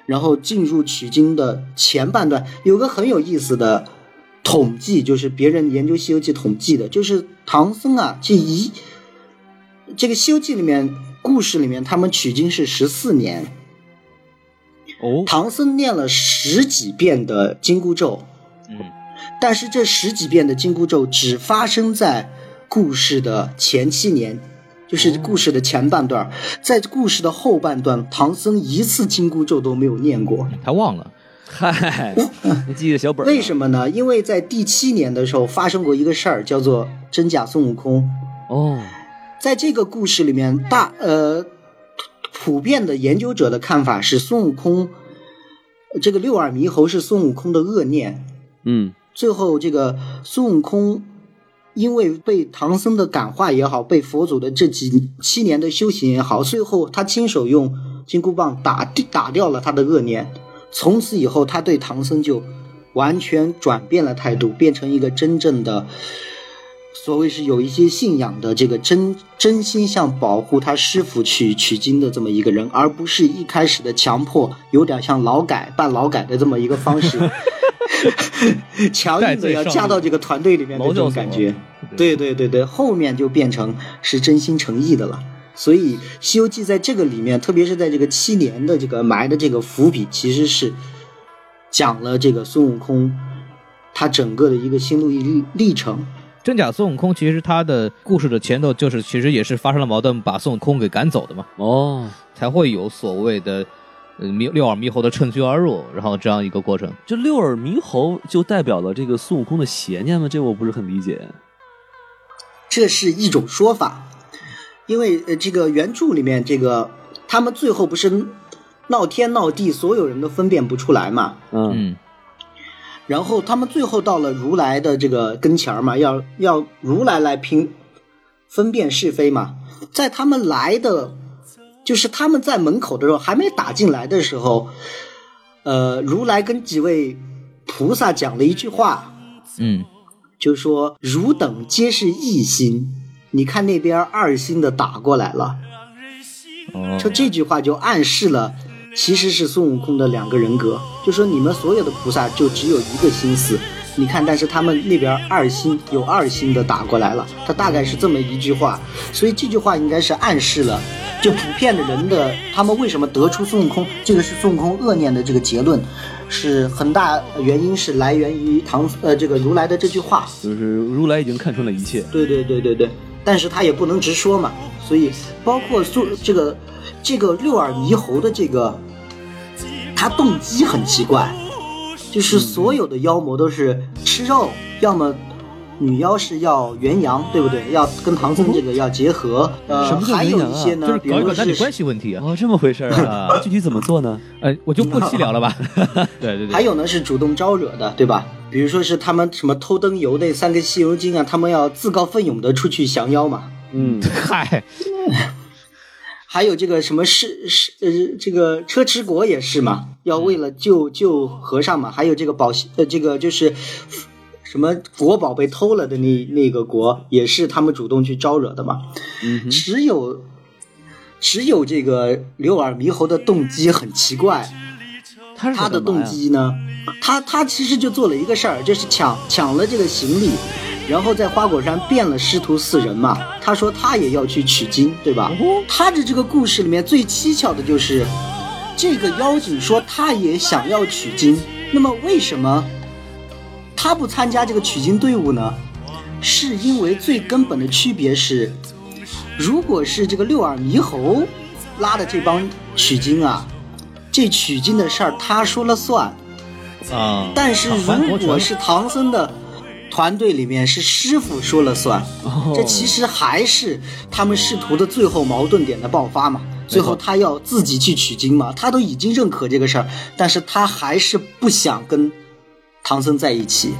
然后进入取经的前半段，有个很有意思的统计，就是别人研究《西游记》统计的，就是唐僧啊这一这个《西游记》里面故事里面，他们取经是十四年，哦，唐僧念了十几遍的紧箍咒，嗯，但是这十几遍的紧箍咒只发生在故事的前七年，就是故事的前半段儿，在故事的后半段，唐僧一次紧箍咒都没有念过。他忘了，嗨，你记得小本儿啊为什么呢？因为在第七年的时候发生过一个事儿，叫做真假孙悟空。哦，在这个故事里面，大呃普遍的研究者的看法是，孙悟空这个六耳猕猴是孙悟空的恶念，嗯，最后这个孙悟空，因为被唐僧的感化也好，被佛祖的这几七年的修行也好，最后他亲手用金箍棒打地打掉了他的恶念。从此以后，他对唐僧就完全转变了态度，变成一个真正的，所谓是有一些信仰的这个真真心向保护他师傅去取经的这么一个人，而不是一开始的强迫，有点像劳改办劳改的这么一个方式， 强硬的要加到这个团队里面的这种感觉。对对对对，后面就变成是真心诚意的了。所以《西游记》在这个里面，特别是在这个七年的这个埋的这个伏笔，其实是讲了这个孙悟空他整个的一个心路历历程。真假孙悟空其实他的故事的前头就是其实也是发生了矛盾，把孙悟空给赶走的嘛，哦，才会有所谓的呃猕六耳猕猴的趁虚而入，然后这样一个过程。这六耳猕猴就代表了这个孙悟空的邪念吗？这我不是很理解。这是一种说法，因为呃，这个原著里面这个他们最后不是闹天闹地，所有人都分辨不出来嘛。嗯，嗯，然后他们最后到了如来的这个跟前儿嘛，要要如来来评分辨是非嘛。在他们来的，就是他们在门口的时候，还没打进来的时候，呃，如来跟几位菩萨讲了一句话，嗯，就是说汝等皆是一心。你看那边二心的打过来了，哦，就这句话就暗示了，其实是孙悟空的两个人格，就说你们所有的菩萨就只有一个心思。你看，但是他们那边二心有二心的打过来了，他大概是这么一句话，所以这句话应该是暗示了，就普遍的人的他们为什么得出孙悟空这个是孙悟空恶念的这个结论，是很大原因是来源于唐呃这个如来的这句话，就是如来已经看穿了一切。对对对对对，但是他也不能直说嘛，所以包括做这个这个六耳猕猴的这个，他动机很奇怪，就是所有的妖魔都是吃肉，要么。女妖是要元阳，对不对？要跟唐僧嗯这个要结合，什呃，么叫还有元阳一啊些就是呢，比搞一如搞说男女是关系问题啊。哦，这么回事儿 啊？具体怎么做呢？呃，我就不细聊了吧。对对对，还有呢是主动招惹的，对吧？比如说是他们什么偷灯油那三个西游精啊，他们要自告奋勇的出去降妖嘛。嗯，嗨，还有这个什么是是呃这个车迟国也是嘛，要为了救救和尚嘛，还有这个宝呃这个就是什么国宝被偷了的那那个国也是他们主动去招惹的嘛，只有只有这个刘耳猕猴的动机很奇怪，他是他的干嘛动呀机呢，他他其实就做了一个事儿，就是抢抢了这个行李，然后在花果山变了师徒四人嘛。他说他也要去取经，对哦吧？他的这个故事里面最蹊跷的就是，这个妖精说他也想要取经，那么为什么他不参加这个取经队伍呢？是因为最根本的区别是，如果是这个六耳猕猴拉的这帮取经啊，这取经的事儿他说了算。啊，但是如果是唐僧的团队里面是师傅说了算，这其实还是他们师徒的最后矛盾点的爆发嘛。最后他要自己去取经嘛，他都已经认可这个事儿，但是他还是不想跟唐僧在一起。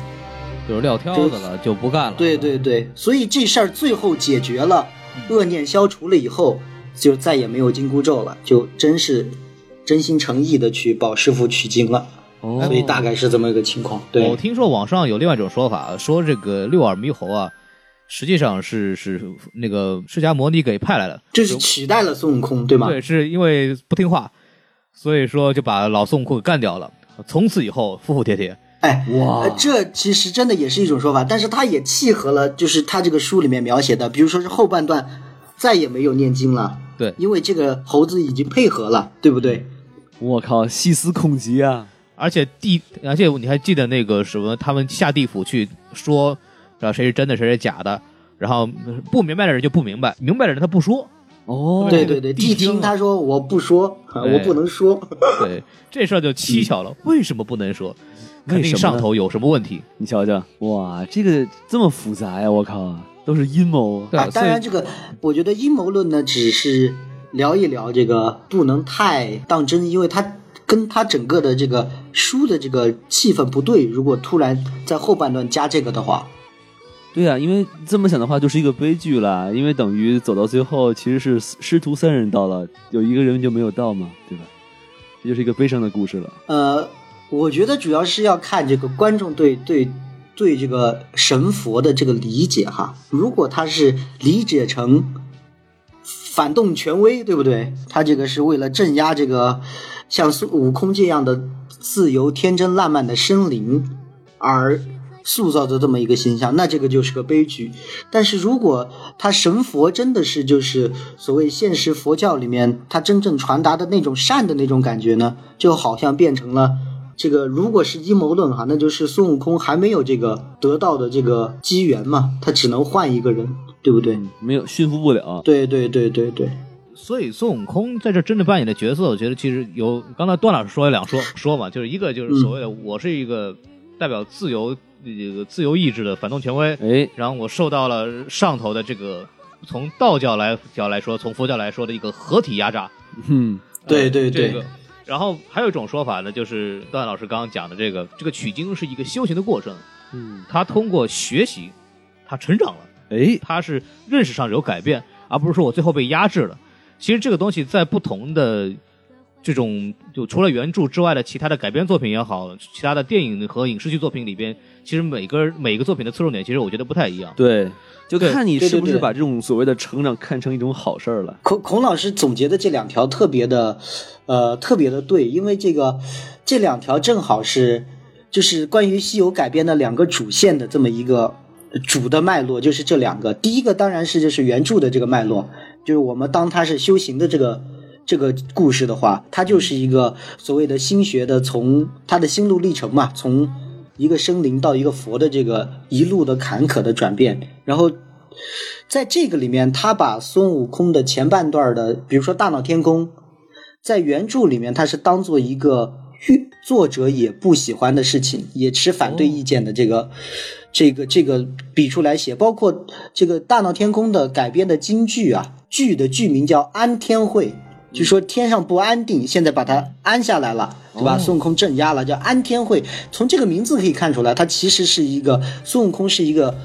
就是撂挑子了，就不干了。对对对，所以这事儿最后解决了，嗯恶念消除了以后，就再也没有紧箍咒了，就真是真心诚意的去保师傅取经了。哦所以大概是这么一个情况。我对，听说网上有另外一种说法，说这个六耳猕猴啊，实际上是是那个释迦摩尼给派来的，就是取代了孙悟空，对吗？对，是因为不听话，所以说就把老孙悟空给干掉了。从此以后，服服帖帖。哎，哇呃这其实真的也是一种说法，但是它也契合了，就是他这个书里面描写的，比如说是后半段再也没有念经了，对因为这个猴子已经配合了，对不对？我靠，细思恐极啊！而且地，而且你还记得那个什么，他们下地府去说，啊谁是真的，谁是假的，然后不明白的人就不明白，明白的人他不说。嗯哦，对对对，谛谛听听啊他说我不说，啊对我不能说，对，这事儿就蹊跷了。为什么不能说？肯嗯为什定么上头有什么问题。你瞧瞧，哇，这个这么复杂呀！我靠，都是阴谋啊。对啊，所当以然，这个我觉得阴谋论呢，只是聊一聊这个，不能太当真，因为它跟它整个的这个书的这个气氛不对。如果突然在后半段加这个的话，对啊呀、因为这么想的话，就是一个悲剧啦。因为等于走到最后，其实是师徒三人到了，有一个人就没有到嘛，对吧？这就是一个悲伤的故事了。呃，我觉得主要是要看这个观众对对对这个神佛的这个理解哈。如果他是理解成反动权威，对不对？他这个是为了镇压这个像孙悟空这样的自由、天真、烂漫的生灵而。塑造的这么一个形象，那这个就是个悲剧。但是如果他神佛真的是就是所谓现实佛教里面他真正传达的那种善的那种感觉呢，就好像变成了这个如果是阴谋论啊哈，那就是孙悟空还没有这个得到的这个机缘嘛，他只能换一个人，对不对？没有驯服不了，对对对对对，所以孙悟空在这真正扮演的角色，我觉得其实有刚才段老师说了两说说嘛，就是一个就是所谓的嗯我是一个代表自由呃这个自由意志的反动权威，哎，然后我受到了上头的这个从道教来教来说，从佛教来说的一个合体压榨，嗯，对对哎这对个。然后还有一种说法呢，就是段老师刚刚讲的这个，这个取经是一个修行的过程，嗯，他通过学习，他成长了，哎，他是认识上有改变，而不是说我最后被压制了。其实这个东西在不同的这种就除了原著之外的其他的改编作品也好，其他的电影和影视剧作品里边，其实每个每个作品的侧重点，其实我觉得不太一样。对，就对看你对是对不是对把这种所谓的成长看成一种好事儿了。孔孔老师总结的这两条特别的，呃，特别的对，因为这个这两条正好是就是关于西游改编的两个主线的这么一个呃主的脉络，就是这两个。第一个当然是就是原著的这个脉络，就是我们当它是修行的这个。这个故事的话，它就是一个所谓的心学的从它的心路历程嘛，从一个生灵到一个佛的这个一路的坎坷的转变，然后在这个里面，他把孙悟空的前半段的，比如说大闹天宫，在原著里面他是当做一个欲作者也不喜欢的事情，也持反对意见的这个、这个这个笔出来写，包括这个大闹天宫的改编的京剧啊，剧的剧名叫安天会。就说天上不安定，现在把它安下来了，对吧？孙悟空镇压了，叫安天会。从这个名字可以看出来，他其实是一个孙悟空是一个，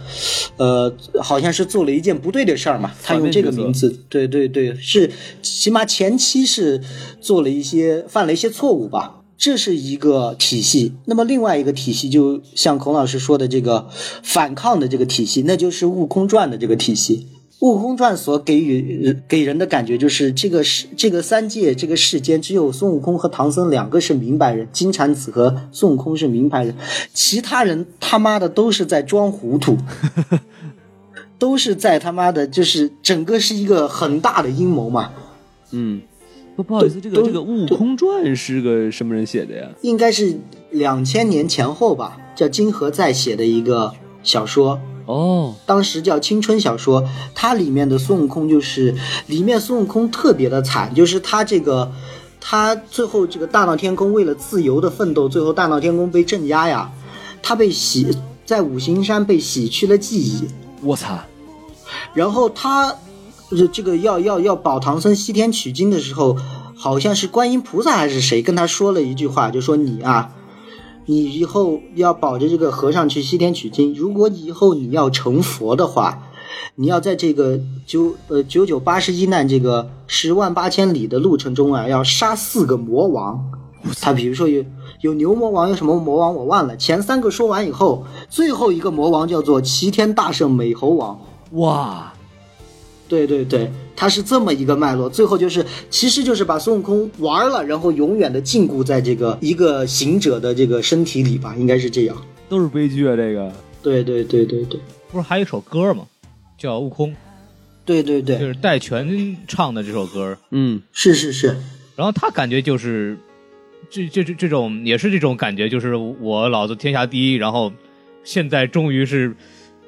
呃，好像是做了一件不对的事儿嘛。他反用面这个角色名字，对对对，是起码前期是做了一些犯了一些错误吧。这是一个体系，那么另外一个体系，就像孔老师说的这个反抗的这个体系，那就是《悟空传》的这个体系。《悟空传》所给予给人的感觉就是，这个世这个三界这个世间，只有孙悟空和唐僧两个是明白人，金蝉子和孙悟空是明白人，其他人他妈的都是在装糊涂，都是在他妈的，就是整个是一个很大的阴谋嘛。嗯，不不好意思，这个都这个《悟空传》是个什么人写的呀？应该是两千年前后吧，叫金河在写的一个小说，哦，当时叫青春小说，它里面的孙悟空就是，里面孙悟空特别的惨，就是他这个，他最后这个大闹天宫为了自由的奋斗，最后大闹天宫被镇压呀，他被洗在五行山被洗去了记忆，我操，然后他呃这个要要要保唐僧西天取经的时候，好像是观音菩萨还是谁跟他说了一句话，就说你啊，你以后要保着这个和尚去西天取经，如果以后你要成佛的话。你要在这个九呃九九八十一难这个十万八千里的路程中啊，要杀四个魔王。他比如说有有牛魔王，有什么魔王我忘了。前三个说完以后，最后一个魔王叫做齐天大圣美猴王。哇，对对对，它是这么一个脉络，最后就是，其实就是把孙悟空玩了，然后永远的禁锢在这个一个行者的这个身体里吧，应该是这样。都是悲剧啊！这个对对对对对不是还有一首歌吗？叫《悟空》，对对就对，是戴荃唱的这首歌。嗯，是是是，然后他感觉就是这这这这种也是这种感觉，就是我老子天下第一，然后现在终于是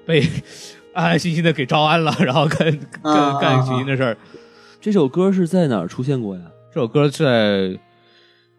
被 安安心心的给招安了， 然后干干啊啊干取经的事儿。这首歌是在哪儿出现过呀？这首歌在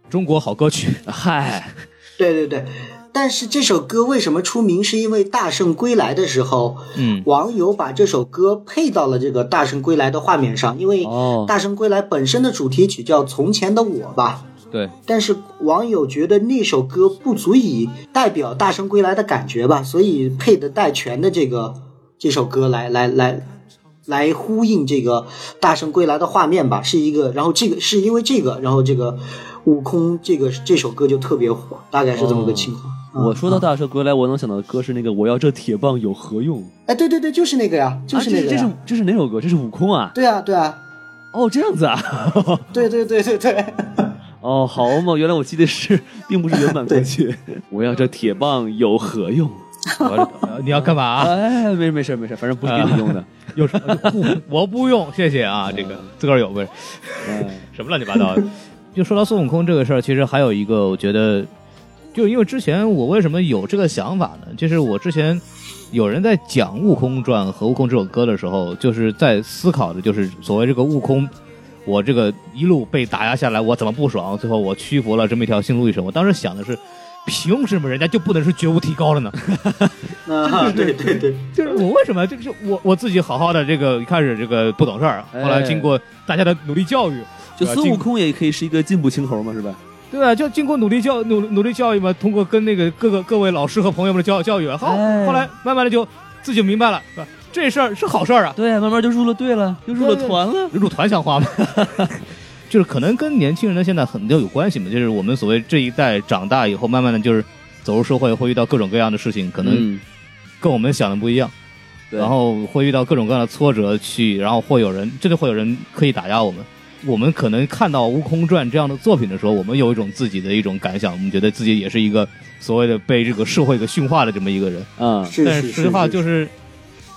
中国好歌曲，嗨，对对对。但是这首歌为什么出名？是因为《大圣归来》的时候，嗯，网友把这首歌配到了这个《大圣归来》的画面上，因为哦《大圣归来》本身的主题曲叫《从前的我》吧。对，但是网友觉得那首歌不足以代表《大圣归来》的感觉吧，所以配的戴荃的这个这首歌来来来来呼应这个《大圣归来》的画面吧，是一个。然后这个是因为这个，然后这个悟空这个这首歌就特别火，大概是这么个情况。嗯哦我说到《大圣归来》，我能想到的歌是那个“我要这铁棒有何用 哎，对对对，就是那个呀，”，就是那个啊这呀，是这是哪首歌？这是悟空啊！对啊对啊，哦，这样子啊！ 对对对对对。哦，好嘛，原来我记得是，并不是原版歌 曲。我要这铁棒有何用？我呃你要干嘛、哎，没事没事没事，反正不是给你用的。有什么？ 我不用，谢谢啊，这个自个儿有呗。 哎什么乱七八 糟的。就说到孙悟空这个事儿，其实还有一个，我觉得，就因为之前我为什么有这个想法呢？就是我之前有人在讲《悟空传》和《悟空》这首歌的时候，就是在思考的，就是所谓这个悟空，我这个一路被打压下来，我怎么不爽？最后我屈服了这么一条新路一程。我当时想的是，凭什么人家就不能是觉悟提高了呢？啊， 对对对，就是我为什么就是我我自己好好的这个一开始这个不懂事儿，啊后来经过大家的努力教育，就对吧孙经悟空也可以是一个进步青猴嘛，是吧？对啊，就经过努力教努努力教育嘛，通过跟那个各个各位老师和朋友们的教教育，好，哎后来慢慢的就自己明白了，是吧 这事儿是好事儿啊。 对，慢慢就入了队了，又入了对对团了。入团像话吗？就是可能跟年轻人的现在很多有关系嘛，就是我们所谓这一代长大以后，慢慢的就是走入社会，会遇到各种各样的事情，可能嗯，跟我们想的不一样，对然后会遇到各种各样的挫折去，然后会有人真的会有人刻意打压我们。我们可能看到《悟空传》这样的作品的时候，我们有一种自己的一种感想，我们觉得自己也是一个所谓的被这个社会给驯化的这么一个人。啊，是但是实际话就是，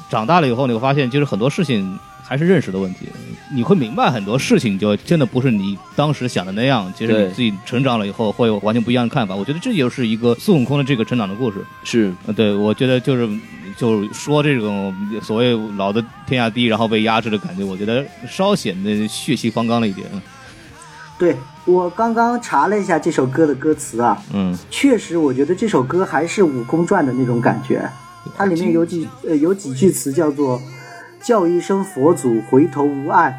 长大了以后你会发现，就是很多事情还是认识的问题。你会明白很多事情，就真的不是你当时想的那样。其实对你自己成长了以后，会有完全不一样的看法。我觉得这就是一个孙悟空的这个成长的故事。是，呃，对，我觉得就是就是说这种所谓老的天下第一，然后被压制的感觉，我觉得稍显得血气方刚了一点。对我刚刚查了一下这首歌的歌词啊，嗯，确实，我觉得这首歌还是《武功传》的那种感觉。它里面有几呃有几句词叫做“叫一声佛祖，回头无岸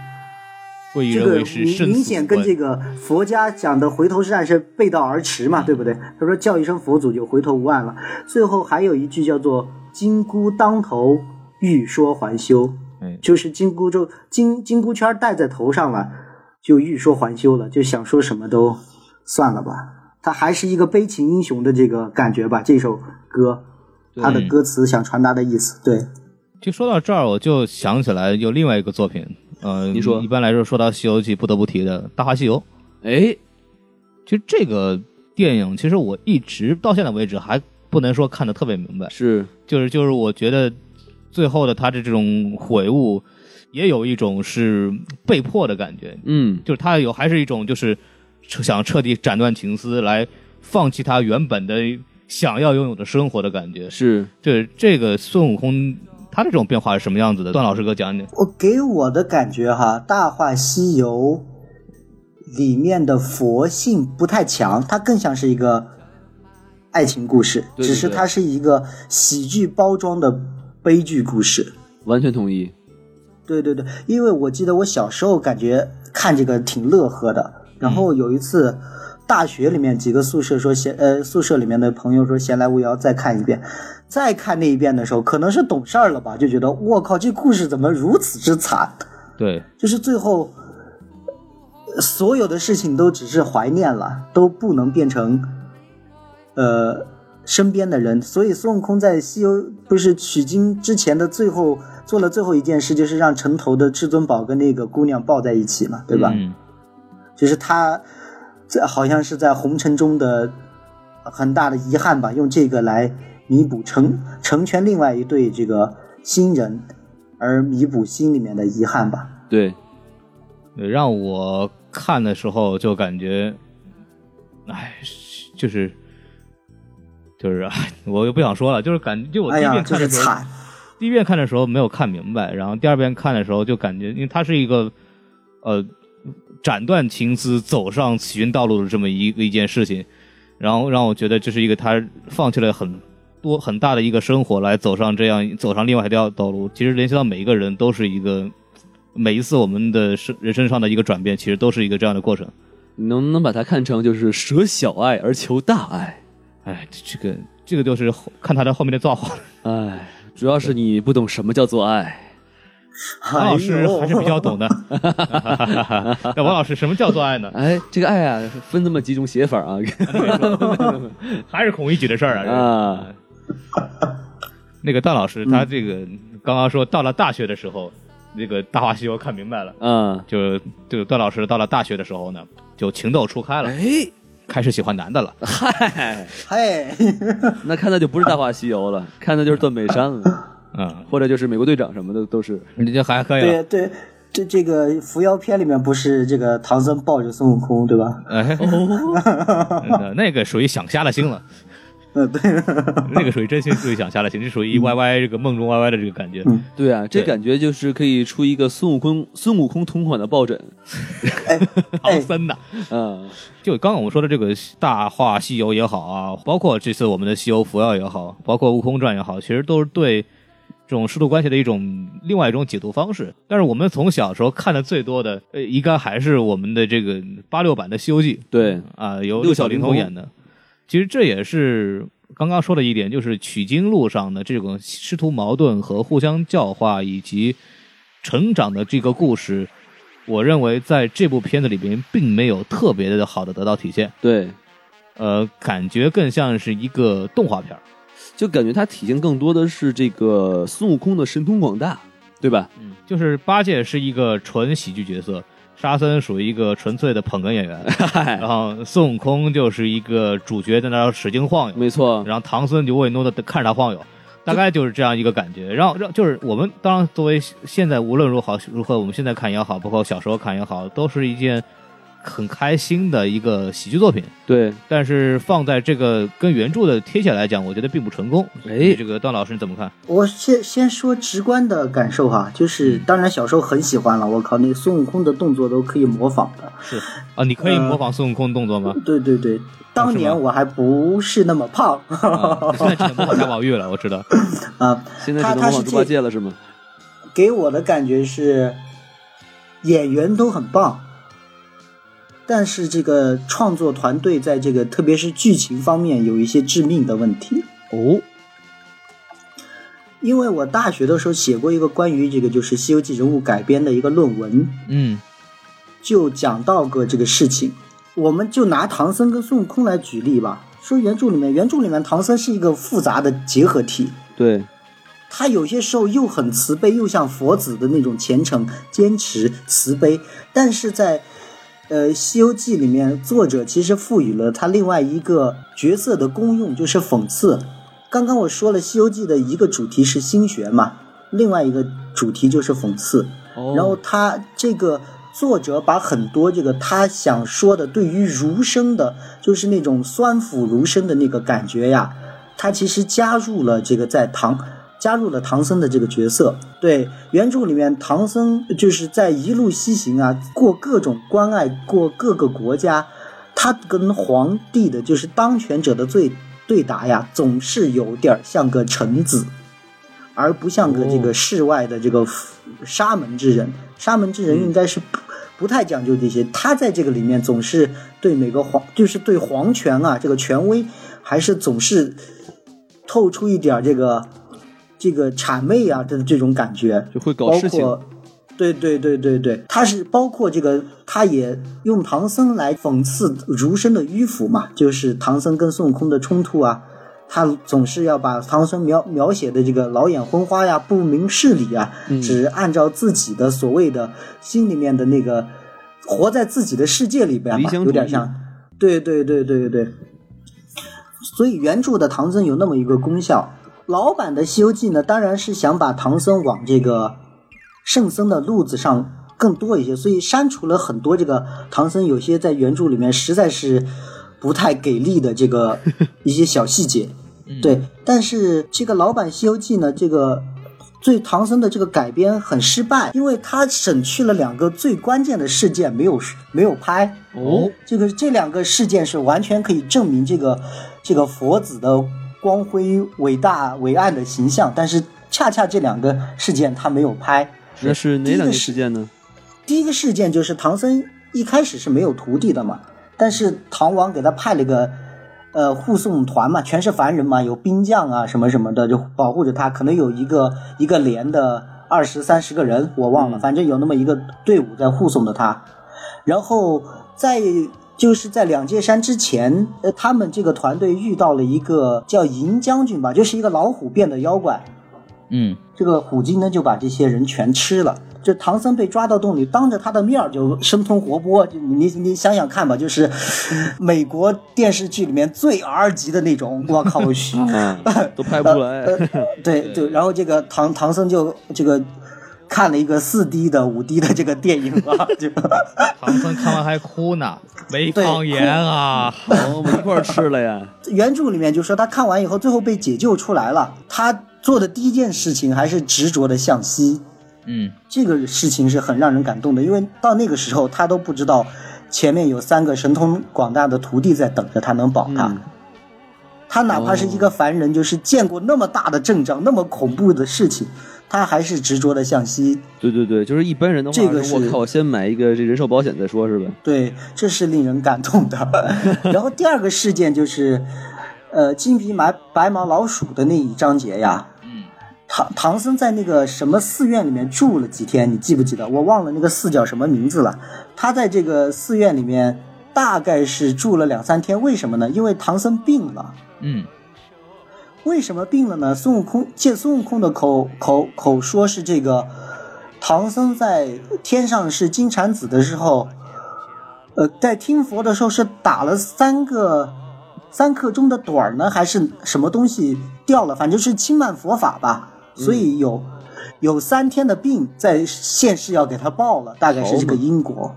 贵”，以这人个为师，明慎明死显无跟关这个佛家讲的“回头是岸”是背道而驰嗯嘛，对不对？他说叫一声佛祖就回头无岸了。最后还有一句叫做“金箍当头，欲说还休”，哎就是金箍咒金金箍圈戴在头上了，就欲说还休了，就想说什么都算了吧。他还是一个悲情英雄的这个感觉吧，这首歌。他的歌词想传达的意思，对，就说到这儿，我就想起来有另外一个作品，呃，你说一般来说说到《西游记》，不得不提的《大话西游》。哎，其实这个电影，其实我一直到现在为止还不能说看得特别明白，是，就是就是我觉得最后的他的这种悔悟，也有一种是被迫的感觉，嗯，就是他有还是一种就是想彻底斩断情丝，来放弃他原本的想要拥有的生活的感觉。是，对这个孙悟空，他这种变化是什么样子的？段老师给我讲讲。我给我的感觉哈，《大话西游》里面的佛性不太强，它更像是一个爱情故事，对对只是它是一个喜剧包装的悲剧故事。完全同意。对对对，因为我记得我小时候感觉看这个挺乐呵的，然后有一次。大学里面几个宿舍说闲，呃，宿舍里面的朋友说闲来无聊再看一遍，再看那一遍的时候，可能是懂事儿了吧，就觉得我靠，这故事怎么如此之惨？对，就是最后呃所有的事情都只是怀念了，都不能变成呃身边的人。所以孙悟空在西游不是取经之前的最后做了最后一件事，就是让城头的至尊宝跟那个姑娘抱在一起嘛，对吧？嗯，就是他这好像是在红尘中的很大的遗憾吧，用这个来弥补成成全另外一对这个新人，而弥补心里面的遗憾吧。对，对让我看的时候就感觉，哎，就是就是，哎我又不想说了，就是感就我哎第一呀，遍就看是的时候，惨，第一遍看的时候没有看明白，然后第二遍看的时候就感觉，因为它是一个呃斩断情丝、走上起云道路的这么一个一件事情，然后让我觉得这是一个他放弃了很多很大的一个生活来走上这样走上另外一条道路。其实联系到每一个人都是一个每一次我们的生人生上的一个转变，其实都是一个这样的过程。你能不能把它看成就是舍小爱而求大爱？哎，这个这个就是后看他的后面的造化了。哎，主要是你不懂什么叫做爱。王老哎师呦还哦是比 较懂的。 那王老师什么叫做爱呢？哎，这个爱啊，分这么几种写法啊。 还是孔乙己的事儿啊。嗯啊，那个段老师他这个刚刚说到了大学的时候，那个《大话西游》看明白了，啊，就就段老师到了大学的时候呢，就情窦初开了，哎，开始喜欢男的了。嗨，嘿，那看的就不是《大话西游》了，看的就是断背山了，嗯，或者就是美国队长什么的，都是。你这还可以对了。对，这这个扶摇篇里面不是这个唐僧抱着孙悟空对吧？哎，那哦那个属于想瞎了心了，嗯，对， 那个属于真心属于想瞎了心，这属于 YY 这个梦中 YY 的这个感觉。嗯 对啊，这对感觉就是可以出一个孙悟空孙悟空同款的抱枕。 唐哎，僧呐，嗯，就刚刚我们说的这个《大话西游》也好啊，包括这次我们的《西游伏妖》也好，包括《悟空传》也好，其实都是对这种师徒关系的一种另外一种解读方式。但是我们从小时候看的最多的，呃，应该还是我们的这个八六版的《西游记对》啊、由六六小小龄龄童童演的。其实这也是刚刚说的一点就是取经路上的这种师徒矛盾和互相教化以及成长的这个故事，我认为在这部片子里边并没有特别的好的得到体现，对，呃，感觉更像是一个动画片儿。就感觉它体现更多的是这个孙悟空的神通广大，对吧？就是八戒是一个纯喜剧角色，沙僧属于一个纯粹的捧哏演 员，然后孙悟空就是一个主角在那儿使劲晃悠，没错，然后唐僧就唯唯诺诺的看着他晃悠，大概就是这样一个感觉。然后让就是我们当然作为现在无论如何如何，我们现在看也好，包括小时候看也好，都是一件很开心的一个喜剧作品。对，但是放在这个跟原著的贴切来讲，我觉得并不成功。哎这个段老师你怎么看？我先先说直观的感受哈，就是嗯当然小时候很喜欢了，我靠，那孙悟空的动作都可以模仿的。是啊，你可以呃模仿孙悟空动作吗？对对对，当啊是年我还不是那么胖 啊，现在只能模仿贾宝玉了，我知道。啊，现在他他只能模仿是猪八这戒了是吗？给我的感觉是演员都很棒，但是这个创作团队在这个特别是剧情方面有一些致命的问题。哦，因为我大学的时候写过一个关于这个就是《西游记》人物改编的一个论文， 嗯，就讲到过这个事情。我们就拿唐僧跟孙悟空来举例吧，说原著里面，原著里面唐僧是一个复杂的结合体，对，他有些时候又很慈悲，又像佛子的那种虔诚、坚持、慈悲，但是在呃《西游记》里面，作者其实赋予了他另外一个角色的功用，就是讽刺。刚刚我说了，《西游记》的一个主题是心学嘛，另外一个主题就是讽刺。哦然后他这个作者把很多这个他想说的对于儒生的，就是那种酸腐儒生的那个感觉呀，他其实加入了这个在唐。加入了唐僧的这个角色，对原著里面唐僧就是在一路西行啊，过各种关隘，过各个国家，他跟皇帝的，就是当权者的对对打呀，总是有点儿像个臣子，而不像个这个世外的这个沙门之人。沙门之人应该是不不太讲究这些，他在这个里面总是对每个皇，就是对皇权啊这个权威，还是总是透出一点儿这个这个谄媚啊的这种感觉。就会搞包事情，括，对对对对对，他是包括这个，他也用唐僧来讽刺儒生的迂腐嘛，就是唐僧跟孙悟空的冲突啊，他总是要把唐僧描描写的这个老眼昏花呀、不明事理啊，嗯只按照自己的所谓的心里面的那个，活在自己的世界里边理吧，想主义有点像，对对对对对对。所以原著的唐僧有那么一个功效。老版的《西游记》呢，当然是想把唐僧往这个圣僧的路子上更多一些，所以删除了很多这个唐僧有些在原著里面实在是不太给力的这个一些小细节。对，但是这个老版《西游记》呢，这个对唐僧的这个改编很失败，因为他省去了两个最关键的事件没有没有拍。哦，这个这两个事件是完全可以证明这个这个佛子的光辉、伟大、伟岸的形象，但是恰恰这两个事件他没有拍。那是哪第一两个件是事件呢？第一个事件就是唐僧一开始是没有徒弟的嘛，但是唐王给他派了个呃护送团嘛，全是凡人嘛，有兵将啊什么什么的，就保护着他，可能有一个一个连的二十三十个人，我忘了，反正有那么一个队伍在护送着他。然后在就是在两界山之前，呃，他们这个团队遇到了一个叫银将军吧，就是一个老虎变的妖怪，嗯，这个虎鲸呢就把这些人全吃了。这唐僧被抓到洞里，当着他的面儿就生吞活剥。就你你想想看吧，就是美国电视剧里面最 R 级的那种。我靠，我去啊，都拍不出来， 对对，然后这个唐唐僧就这个看了一个四 D 的、五 D 的这个电影啊，就 唐僧看完还哭呢，没对抗言啊。哦，我们一块儿吃了呀，原著里面就说他看完以后，最后被解救出来了。他做的第一件事情还是执着的向西， 嗯，这个事情是很让人感动的，因为到那个时候他都不知道前面有三个神通广大的徒弟在等着他，能保他。嗯他哪怕是一个凡人，就是见过那么大的阵仗、那么恐怖的事情，他还是执着的向西。 对对对，就是一般人的话，这个是我靠，我先买一个这人寿保险再说，是吧？对，这是令人感动的。然后第二个事件就是，呃金皮买白毛老鼠的那一章节呀，嗯，唐唐僧在那个什么寺院里面住了几天，你记不记得？我忘了那个寺叫什么名字了。他在这个寺院里面大概是住了两三天，为什么呢？因为唐僧病了。嗯，为什么病了呢？孙悟空借孙悟空的口口口说是这个，唐僧在天上是金蝉子的时候，呃，在听佛的时候是打了三个三刻钟的盹儿呢，还是什么东西掉了？反正是轻慢佛法吧，所以有。有三天的病在现世要给他报了，大概是这个因果。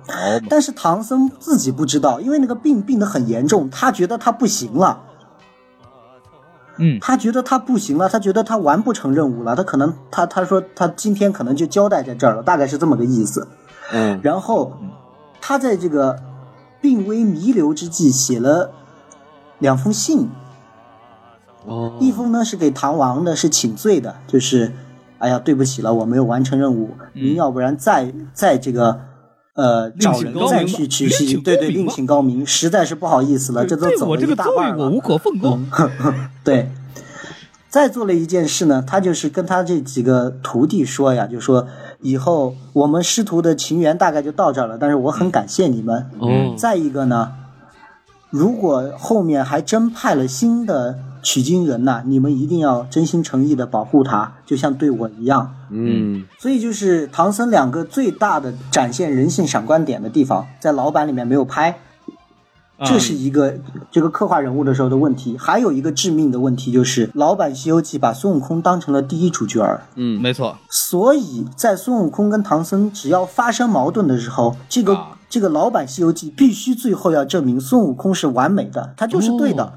但是唐僧自己不知道，因为那个病病得很严重，他觉得他不行了，嗯他觉得他不行了，他觉得他完不成任务了，他可能他他说他今天可能就交代在这儿了，大概是这么个意思。嗯，然后他在这个病危弥留之际写了两封信，哦，一封呢是给唐王的，是请罪的，就是哎呀对不起了，我没有完成任务，您要不然再再这个。呃，找嗯请人高明再吧去去另请去，对高对，明另吧请高明，实在是不好意思了，这都对走我了这一个大遭遇，半了我。无可奉告。对，再做了一件事呢，他就是跟他这几个徒弟说呀，就说以后我们师徒的情缘大概就到这儿了，但是我很感谢你们。哦，再一个呢，如果后面还真派了新的取经人呐、你们一定要真心诚意的保护他，就像对我一样。嗯，所以就是唐僧两个最大的展现人性闪光点的地方，在老版里面没有拍，嗯这是一个这个刻画人物的时候的问题。还有一个致命的问题就是，老版《西游记》把孙悟空当成了第一主角儿，嗯，没错，所以在孙悟空跟唐僧只要发生矛盾的时候，这个、啊这个老版《西游记》必须最后要证明孙悟空是完美的，他就是对的。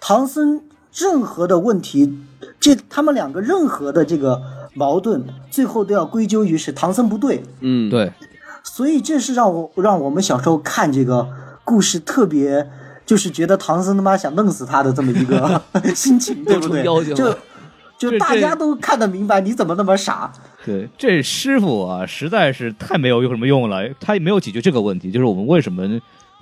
唐僧任何的问题，这他们两个任何的这个矛盾，最后都要归咎于是唐僧不对，嗯，对，所以这是让我让我们小时候看这个故事特别。就是觉得唐僧他妈想弄死他的这么一个心情，对不对妖精？就了就大这家都看得明白，你怎么那么傻？对，这师傅啊，实在是太没有有什么用了，他也没有解决这个问题，就是我们为什么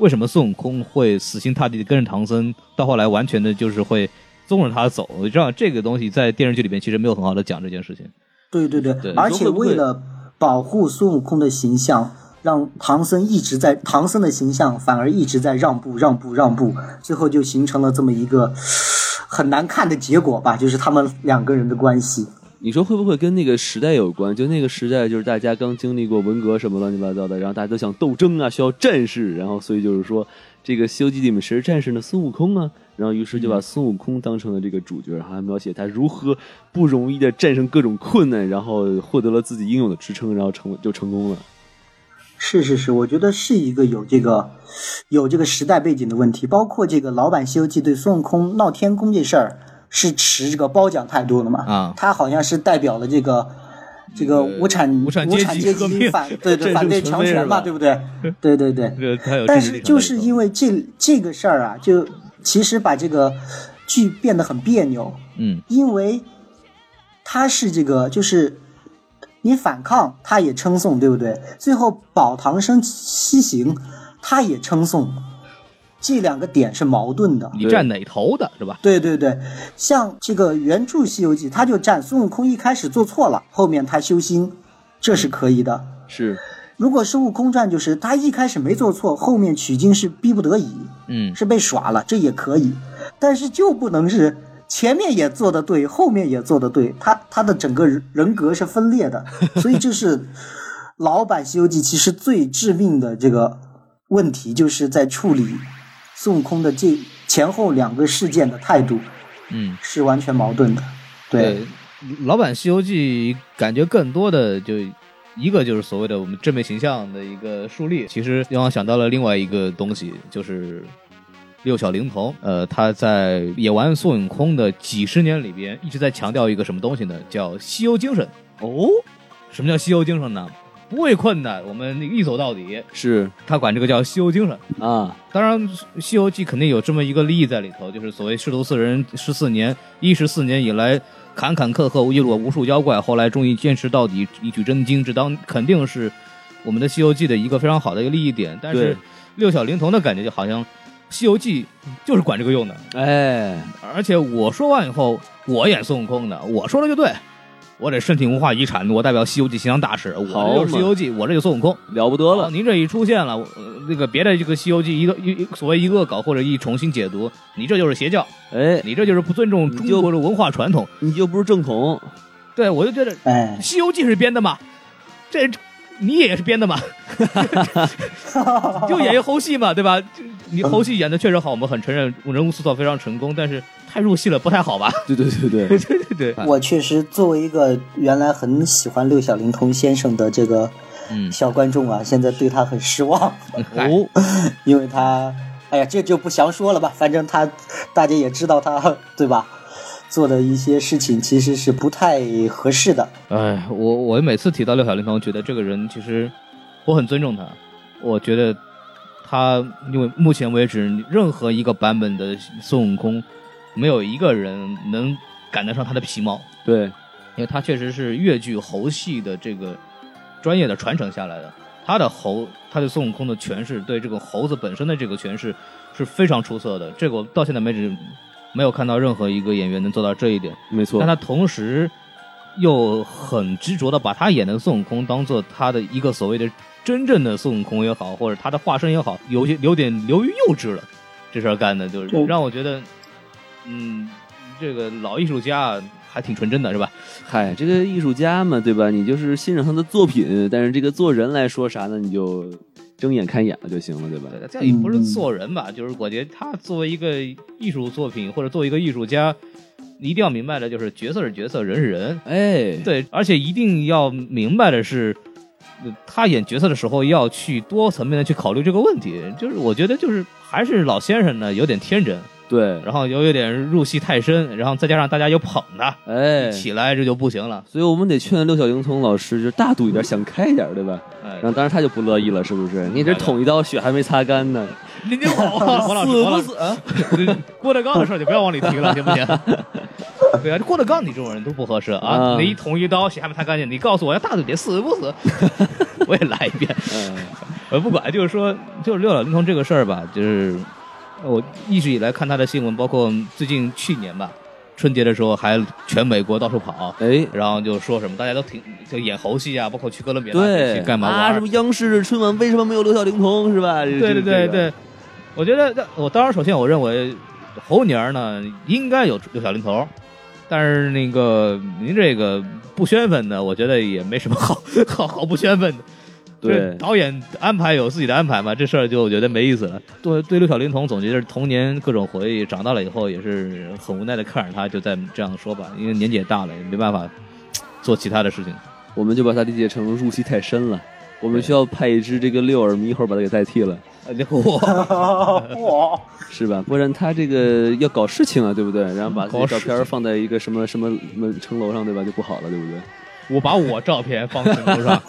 为什么孙悟空会死心塌地的跟着唐僧，到后来完全的就是会纵着他走，你知道这个东西在电视剧里面其实没有很好的讲这件事情。对对对，对而你且说会不会为了保护孙悟空的形象，让唐僧一直在唐僧的形象反而一直在让步、让步、让步，最后就形成了这么一个很难看的结果吧，就是他们两个人的关系。你说会不会跟那个时代有关？就那个时代，就是大家刚经历过文革什么乱七八糟的，然后大家都想斗争啊，需要战士，然后所以就是说，这个《西游记》里面谁是战士呢？孙悟空啊，然后于是就把孙悟空当成了这个主角，然后还描写他如何不容易的战胜各种困难，然后获得了自己应有的支撑，然后成就成功了。是是是，我觉得是一个有这个有这个时代背景的问题，包括这个老版《西游记》对孙悟空闹天宫这事儿是持这个褒奖态度的嘛？啊呃他好像是代表了这个这个无产无产无阶级产阶革命 反对对政反治对权强威是权嘛，吧对不对？对对对。这他有但呃政治是立场就是在里头因为这这个事儿啊，就其实把这个剧变得很别扭，嗯因为他是这个就是你反抗，他也称颂，对不对？最后保唐僧西行，他也称颂，这两个点是矛盾的。你站哪头的是吧？对对对，像这个原著《西游记》，他就站孙悟空一开始做错了，后面他修心，这是可以的。是，如果是悟空传，就是他一开始没做错，后面取经是逼不得已，嗯是被耍了，这也可以，但是就不能是前面也做的对，后面也做的对，他他的整个人格是分裂的，所以 这是老版《西游记》其实最致命的这个问题，就是在处理孙悟空的这前后两个事件的态度嗯，是完全矛盾的，对，对，老版《西游记》感觉更多的就一个就是所谓的我们正面形象的一个树立，其实让我想到了另外一个东西，就是六小龄童，呃，他在演完孙悟空的几十年里边，一直在强调一个什么东西呢？叫西游精神。哦，什么叫西游精神呢？不畏困难，我们一走到底，是他管这个叫西游精神。啊，当然，《西游记》肯定有这么一个利益在里头，就是所谓师徒四人十四年，一十四年以来坎坎坷坷，遇了无数妖怪，后来终于坚持到底，一举真经，这当肯定是我们的《西游记》的一个非常好的一个利益点。但是对六小龄童的感觉就好像《西游记》就是管这个用的。哎，而且我说完以后，我演孙悟空的，我说了就对，我得申请文化遗产，我代表《西游记》形象大使，我好这就是《西嘛游记》，我这就孙悟空。了不得好了，哦您这一出现了，我呃那个别的这个《西游记》一个一一所谓一恶搞或者一重新解读，你这就是邪教，哎，你这就是不尊重中你就国的文化传统。你又不是正统，对我就觉得《哎，西游记》是编的嘛，这你也是编 的嘛，就演一猴戏嘛，对吧？就你猴戏演的确实好，我们很承认人物塑造非常成功，但是太入戏了不太好吧？ 对对对对，对对对，我确实作为一个原来很喜欢六小龄童先生的这个嗯小观众啊，现在对他很失望，哦，因为他，哎呀，这就不详说了吧，反正他大家也知道他对吧，做的一些事情其实是不太合适的。哎，我我每次提到六小龄童，觉得这个人其实我很尊重他，我觉得他因为目前为止任何一个版本的孙悟空，没有一个人能赶得上他的皮毛，对，因为他确实是越剧猴戏的这个专业的传承下来的。他的猴，他对孙悟空的诠释，对这个猴子本身的这个诠释是非常出色的。这个我到现在为止没有看到任何一个演员能做到这一点。没错但，他同时又很执着的把他演的孙悟空当做他的一个所谓的真正的孙悟空也好，或者他的化身也好，有些有点流于幼稚了。这事儿干的就是对让我觉得，嗯，这个老艺术家啊还挺纯真的，是吧？嗨，这个艺术家嘛，对吧？你就是欣赏他的作品，但是这个做人来说啥呢？你就睁眼看眼了就行了，对吧？对，这也不是做人吧，就是我觉得他作为一个艺术作品或者作为一个艺术家，你一定要明白的就是角色是角色，人是人，哎，对，而且一定要明白的是，呃他演角色的时候要去多层面的去考虑这个问题。就是我觉得就是还是老先生呢有点天真，对，然后又有点入戏太深，然后再加上大家又捧他哎，起来，这就不行了。所以我们得劝六小龄童老师就大度一点，想开一点，对吧？哎然，后当然他就不乐意了，是不是？你这捅一刀血还没擦干呢，您您好啊，王老师，王老师，死啊？郭德纲的事儿就不要往里提了，行不行？对啊，郭德纲你这种人都不合适啊！嗯你一捅一刀，血还没擦干净，你告诉我要大嘴别死不死？我也来一遍。嗯，呃，不管，就是说，就是六小龄童这个事儿吧，就是我一直以来看他的新闻，包括最近去年吧，春节的时候还全美国到处跑，哎，然后就说什么大家都挺就演猴戏啊，包括去哥伦比亚对，去干嘛玩啊？儿什么央视春晚为什么没有六小龄童是吧？对对对对对，，我觉得我当然首先我认为猴年儿呢应该有六小龄童，但是那个您这个不宣愤的，我觉得也没什么 好好好不宣愤的。对这导演安排有自己的安排嘛，这事儿就我觉得没意思了。对对，六小龄童总结就是童年各种回忆，长大了以后也是很无奈的看着他，就在这样说吧，因为年纪也大了，也没办法做其他的事 情。我们就把它理解成入戏太深了。我们需要派一只这个六耳猕猴把它给代替了，哇，哇，是吧？不然他这个要搞事情啊，对不对？然后把自己搞照事片情放在一个什么什么什么城楼上，对吧？就不好了，对不对？我把我照片放屏幕上，